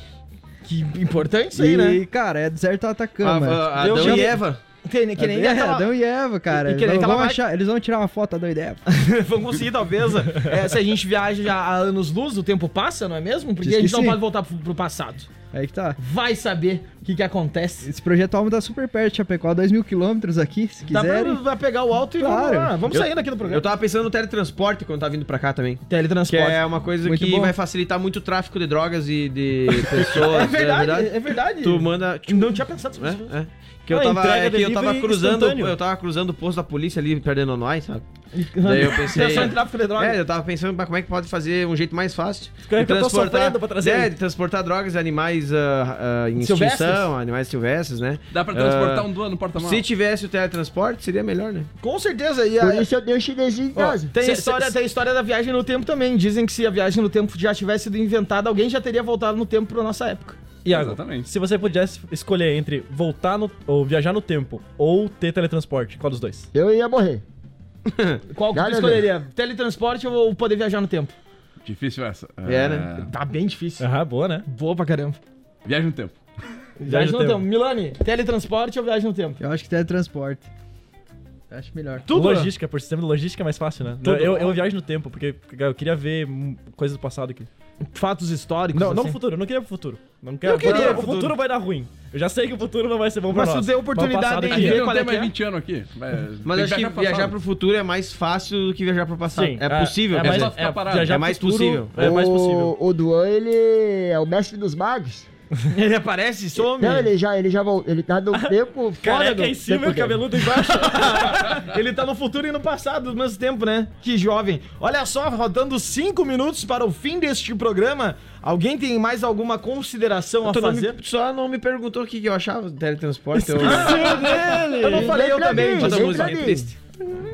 S2: Que importante isso aí,
S3: e,
S2: né?
S3: cara, é deserto do Atacama.
S5: Ah,
S2: Deu
S5: Adão
S2: chama-
S5: e Eva.
S2: Que, que nem
S3: é,
S2: aquela-
S3: Adão e Eva, cara.
S2: E que nem
S3: Vão-
S2: aquela
S3: vão
S2: vai-
S3: achar- eles vão tirar uma foto da Adão e Eva.
S2: *laughs* Vamos conseguir, talvez. é, se a gente viaja já há anos-luz, o tempo passa, não é mesmo? Porque
S3: Diz
S2: a gente
S3: que
S2: não
S3: sim.
S2: pode voltar pro, pro passado.
S3: Aí que tá.
S2: Vai saber o que, que acontece.
S3: Esse projeto Alma tá super perto de Chapecó, 2 mil quilômetros aqui, se
S5: Tá
S2: Dá pra,
S3: quiserem.
S2: pra pegar o alto e
S3: Claro.
S2: vamos lá. Vamos sair daqui do
S5: Eu
S2: programa.
S5: tava pensando no teletransporte quando tava vindo pra cá também. Que
S2: Teletransporte.
S5: é uma coisa
S3: Muito
S5: que
S3: bom.
S5: vai facilitar muito o tráfico de drogas e *laughs* de pessoas.
S2: É verdade,
S5: né,
S2: é verdade.
S5: Tu manda.
S2: Não tinha pensado sobre isso.
S5: É, é. Que eu
S4: Ah,
S5: tava,
S4: entrega
S5: é que eu
S4: delivery
S5: tava cruzando,
S4: instantâneo. Hum.
S5: eu tava cruzando o posto da polícia ali, perdendo nós, sabe?
S4: É
S5: Daí eu pensei,
S2: Pensou em tráfico de drogas.
S5: é, eu tava pensando pra como é que pode fazer um jeito mais fácil
S4: que eu tô sofrendo pra trazer.
S5: é, de transportar drogas, animais ah, ah, em
S2: Silvestres?
S5: extinção, animais silvestres, né?
S6: Dá pra transportar
S5: Ah,
S6: um dono no porta-malas?
S5: Se tivesse o teletransporte, seria melhor, né?
S2: Com certeza. E
S7: Por
S2: a,
S7: isso eu dei o chinesinho em casa.
S2: Tem
S4: Cê-
S2: a história,
S4: cê-
S2: tem a história da viagem no tempo também. Dizem que se a viagem no tempo já tivesse sido inventada, alguém já teria voltado no tempo pra nossa época.
S4: Iago,
S6: Exatamente.
S4: se você pudesse escolher entre voltar no, ou viajar no tempo ou ter teletransporte, qual dos dois?
S7: Eu ia morrer.
S2: Qual que tu
S7: Nada a ver.
S2: escolheria? Teletransporte ou poder viajar no tempo?
S6: Difícil essa.
S5: É, né?
S2: Tá bem difícil.
S4: Ah, boa, né?
S2: Boa pra caramba.
S6: Viagem É, no tempo.
S2: Viagem no
S4: no
S2: tempo.
S4: tempo.
S2: Milani, teletransporte ou viagem no tempo?
S3: Eu acho que teletransporte. Eu acho melhor.
S5: Tá
S2: Tudo. né?
S4: Logística, por sistema de logística é mais fácil, né? Eu, eu viajo no tempo, porque eu queria ver hum, coisas do passado aqui.
S2: Fatos históricos.
S4: Não, não
S2: assim.
S4: pro futuro, eu não queria pro futuro. Não quero,
S2: Eu queria
S4: o
S2: pro
S4: futuro. vai dar ruim. Eu já sei que o futuro não vai ser bom pra
S2: Mas
S4: nós.
S2: tu deu oportunidade
S4: passado
S2: de
S4: aqui.
S6: Aqui
S2: ver
S6: não
S2: qual é
S6: tem
S2: que
S6: mais
S2: é.
S6: 20 anos aqui. Vai-
S5: Mas
S6: tem
S5: acho que
S6: pro
S5: viajar
S6: passado.
S5: pro futuro é mais fácil do que viajar pro passado.
S4: Sim,
S5: é possível,
S4: é,
S5: quer
S4: mais,
S5: dizer.
S6: dizer, ficar parado.
S4: viajar
S5: É mais
S4: pro futuro,
S5: possível.
S4: É mais possível.
S7: O, o Duan, ele é o mestre dos magos.
S2: *laughs* Ele aparece, some.
S7: Não, ele já, ele já voltou.
S4: *laughs*
S7: Ele tá no tempo
S2: é
S7: fora do
S4: Careca em cima
S7: tempo
S4: e o
S7: dele.
S4: cabeludo embaixo.
S2: *laughs* Ele tá no futuro e no passado ao mesmo tempo, né? Que jovem. Olha só, faltando cinco minutos para o fim deste programa. Alguém tem mais alguma consideração a
S5: Tu não
S2: fazer?
S5: me, só não me perguntou o que, que eu achava do teletransporte. Eu...
S2: Eu não falei eu também. Bota a
S7: Bota a Vem
S2: música
S7: pra mim.
S2: triste.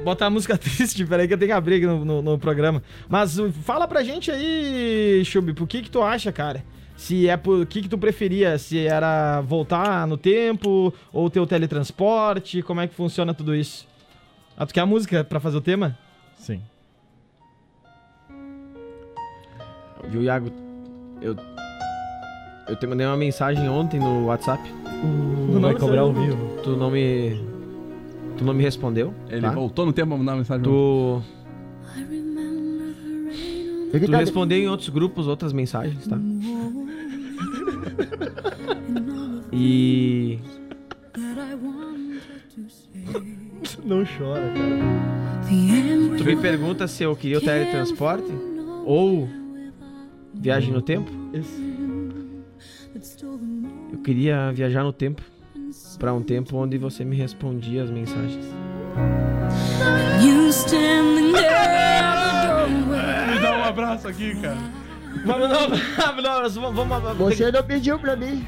S2: Bota a música *laughs* triste, peraí que eu tenho que abrir aqui no, no- no programa. Mas uh, fala pra gente aí, Chubi, por que que tu acha, cara? Se é por o que que tu preferia? Se era voltar no tempo ou ter o teletransporte? Como é que funciona tudo isso? Ah, tu quer a música pra fazer o tema?
S4: Sim.
S5: Viu, Iago? Eu. Eu te mandei uma mensagem ontem no WhatsApp.
S4: vai cobrar ao vivo.
S5: Tu não me. Tu não me respondeu.
S6: Ele
S5: tá?
S6: voltou no tempo pra mandar uma mensagem.
S5: Tu,
S7: Ele
S5: tu
S7: tá-
S5: respondeu em outros grupos outras mensagens, tá? E.
S4: Não chora, cara.
S5: Tu me pergunta se eu queria o teletransporte ou viagem no tempo? Eu queria viajar no tempo. pra um tempo onde você me respondia as mensagens.
S10: You standing there in the doorway.
S6: Me dá um abraço aqui, cara.
S2: Vamos, não, vamos, não, vamos, vamos, vamos.
S7: Você não pediu pra mim.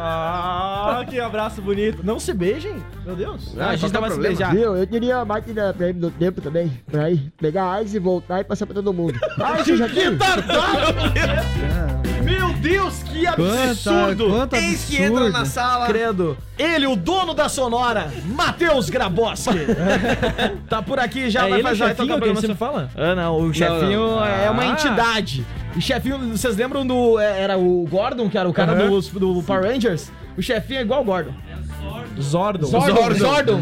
S4: Ah, que abraço bonito. Não se beijem, meu Deus.
S5: Ah, a gente não vai se beijar.
S7: Viu? Eu queria a máquina pra ele no tempo também. Pra ir pegar a Ice e voltar e passar pra todo
S4: *laughs*
S7: mundo. Ah, você já tem?
S2: Meu Deus, que absurdo!
S3: quanta
S5: Eis que entra na sala.
S2: Credo. Ele, o dono da Sonora, Matheus
S4: *laughs*
S2: Graboski. tá por aqui já,
S4: É
S2: vai
S4: ele o
S2: fazer vai
S4: chefinho
S2: tocar
S4: que
S2: pra
S4: ele
S2: você.
S4: sempre fala?
S2: Ah, não, o chefinho
S4: não.
S2: é uma
S4: Ah.
S2: entidade. E chefinho, vocês lembram do. é, Era o Gordon, que era o cara
S4: Aham.
S2: do, do Power Rangers? O chefinho é igual o Gordon.
S4: Zordon.
S2: Zordon. Zordon.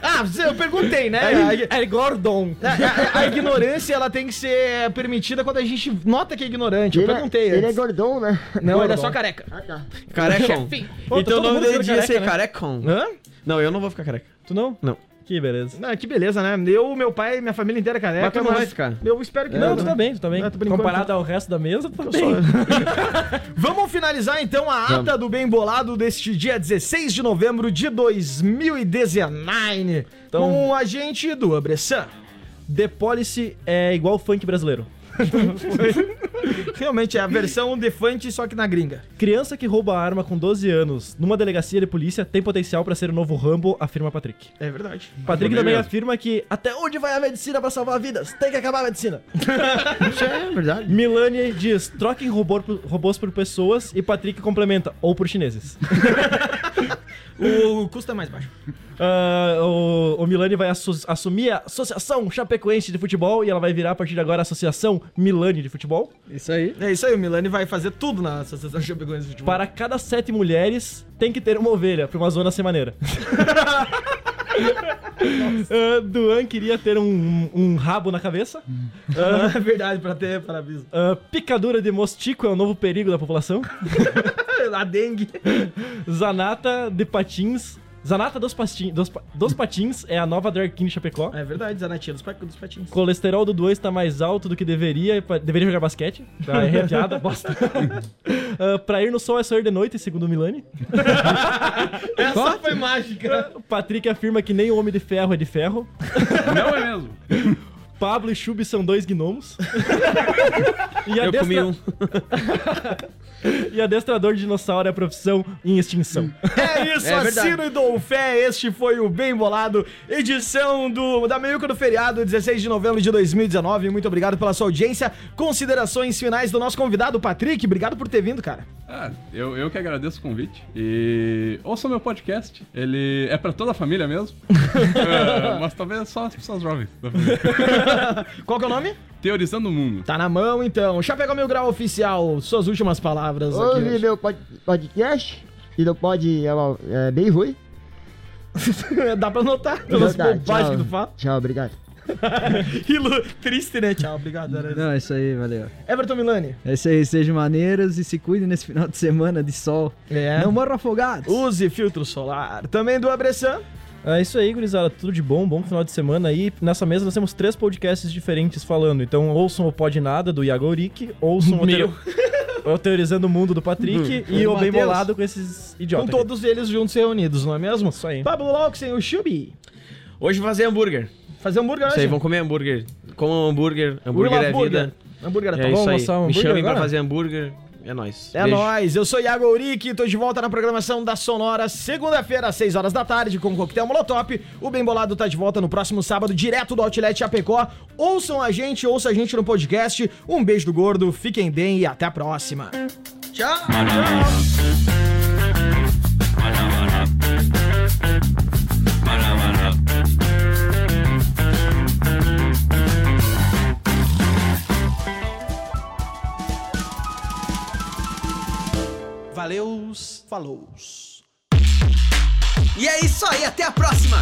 S2: ah, você- eu perguntei, né? A-
S4: É Gordon.
S2: é, A, a- a ignorância ela tem que ser permitida quando a gente nota que é ignorante. Eu
S7: Ele é-
S2: perguntei
S7: Ele é
S2: antes.
S7: gordão, né?
S2: Não, ele é
S4: Gordon.
S2: só careca.
S7: Ah, tá.
S5: Carecão.
S4: Pô, tá
S5: então o
S4: todo
S5: nome
S4: mundo
S5: dele
S4: ficando
S5: devia ser
S2: né?
S4: careca,
S5: carecão.
S2: Hã?
S5: Não, eu não vou ficar careca.
S4: Tu não?
S5: Não.
S4: Que beleza.
S2: Ah, que beleza, né? Eu, meu pai, minha família inteira é careca.
S5: Mas tu não um vai ficar.
S2: Eu espero que
S4: Não,
S2: não.
S4: tu tá bem, tu tá bem.
S2: Não, tu brincou,
S4: Comparado
S2: então.
S4: ao resto da mesa, tu tá bem.
S2: *laughs* Vamos finalizar então a ata do Bem Bolado deste dia 16 de novembro de 2019.
S4: Então-
S2: Com a gente do Abressan.
S4: The Policy é igual funk brasileiro.
S2: Realmente é a versão de funk, só que na gringa.
S4: Criança que rouba arma com 12 anos numa delegacia de polícia tem potencial pra ser o novo Rambo, afirma Patrick.
S2: É verdade.
S4: Patrick também
S6: mesmo.
S4: afirma que até onde vai a medicina pra salvar vidas? Tem que acabar a
S2: *laughs*
S4: medicina.
S7: Isso é verdade.
S4: Milani diz, troquem robô por- robôs por pessoas e Patrick complementa, ou por chineses.
S2: O custo é mais baixo.
S4: Ah, o, o Milani vai assu- assumir a Associação Chapecoense de Futebol e ela vai virar a partir de agora a Associação Milani de Futebol.
S3: Isso aí.
S2: É isso aí, o Milani vai fazer tudo na Associação Chapecoense de Futebol.
S4: Para cada sete mulheres, tem que ter uma ovelha pra uma zona sem maneira. *laughs* Ah, Duan queria ter um, um rabo na cabeça.
S2: *laughs* É verdade, pra ter parabéns.
S4: Ah, picadura de mostico é o novo perigo da população.
S2: É, A dengue.
S4: Zanata de patins. Zanata dos, pastin, dos, pa- dos patins é a nova drag queen de Chapecó.
S2: É verdade, Zanatinha dos, pa- dos patins.
S4: Colesterol do 2 está mais alto do que deveria. e pa- Deveria jogar basquete. Tá, errei
S2: *laughs*
S4: a piada, bosta. Ah, pra ir no sol é só ir de noite, segundo o Milani.
S2: *laughs* Essa foi mágica.
S4: O Patrick afirma que nem o Homem de Ferro é de ferro.
S6: Não é mesmo?
S4: Pablo e Chubi são
S2: *laughs*
S4: dois gnomos. e,
S5: Eu comi
S4: adestra...
S5: um.
S4: e adestrador de dinossauro é a profissão em extinção.
S2: É isso,
S5: É verdade.
S2: assino e dou fé. Este foi o Bem Bolado, edição do da Meiuca do Feriado, 16 de novembro de 2019. Muito obrigado pela sua audiência. Considerações finais do nosso convidado, Patrick. Obrigado por ter vindo, cara.
S6: Ah, eu, eu que agradeço o convite. E ouça o meu podcast. Ele é pra toda a família mesmo. *laughs* Ah, mas talvez só as pessoas jovens. da família.
S2: Qual que é o nome?
S6: Teorizando o mundo.
S2: Tá na mão, então. Chapecó Mil Grau Oficial, suas últimas palavras aqui.
S7: Ouve
S2: hoje.
S7: meu pod- podcast. E não pode. É, uma- é bem ruim.
S2: *laughs* Dá pra notar pelas
S7: Verdade,
S2: bobagens
S7: tchau.
S2: que tu fala.
S7: Tchau, obrigado.
S2: Ah. Que lu- triste, né? Tchau, obrigado. era isso.
S3: Não, é isso aí, valeu.
S2: Everton Milani.
S3: É isso aí, sejam maneiros e se cuidem nesse final de semana de sol. um
S2: É.
S3: Não morram afogados.
S2: Use filtro solar. Também do Abressan.
S4: É isso aí, gurizada. Tudo de bom, bom final de semana aí. Nessa mesa nós temos três podcasts diferentes falando. Então ouçam o Pode Nada do Iago Uric, ouçam o,
S2: Meu.
S4: Teo- *laughs* o Teorizando o Mundo do Patrick e
S3: Do
S4: o Bem
S3: Matheus.
S4: Bolado com esses
S2: Com
S4: idiotas. aqui.
S2: todos eles juntos reunidos, não é mesmo?
S4: Isso aí.
S2: Pablo Loxen, o Chubi.
S5: Hoje fazer hambúrguer.
S2: Fazer hambúrguer
S5: Isso aí,
S2: hoje.
S5: vão comer hambúrguer. Comam hambúrguer. Hambúrguer é vida.
S2: Hambúrguer tá
S5: É
S2: bom,
S5: isso aí.
S2: moção?
S5: Me
S2: Hambúrguer
S5: chamem pra
S2: agora?
S5: fazer hambúrguer. É nóis.
S2: É
S5: Beijo.
S2: nóis, eu sou Iago Uric, tô de volta na programação da Sonora, segunda-feira, às 6 horas da tarde, com o Coquetel Molotop. O Bem Bolado tá de volta no próximo sábado, direto do Outlet Chapecó. Ouçam a gente, ouça a gente no podcast. Um beijo do gordo, fiquem bem e até a próxima.
S11: E é isso aí, até a próxima!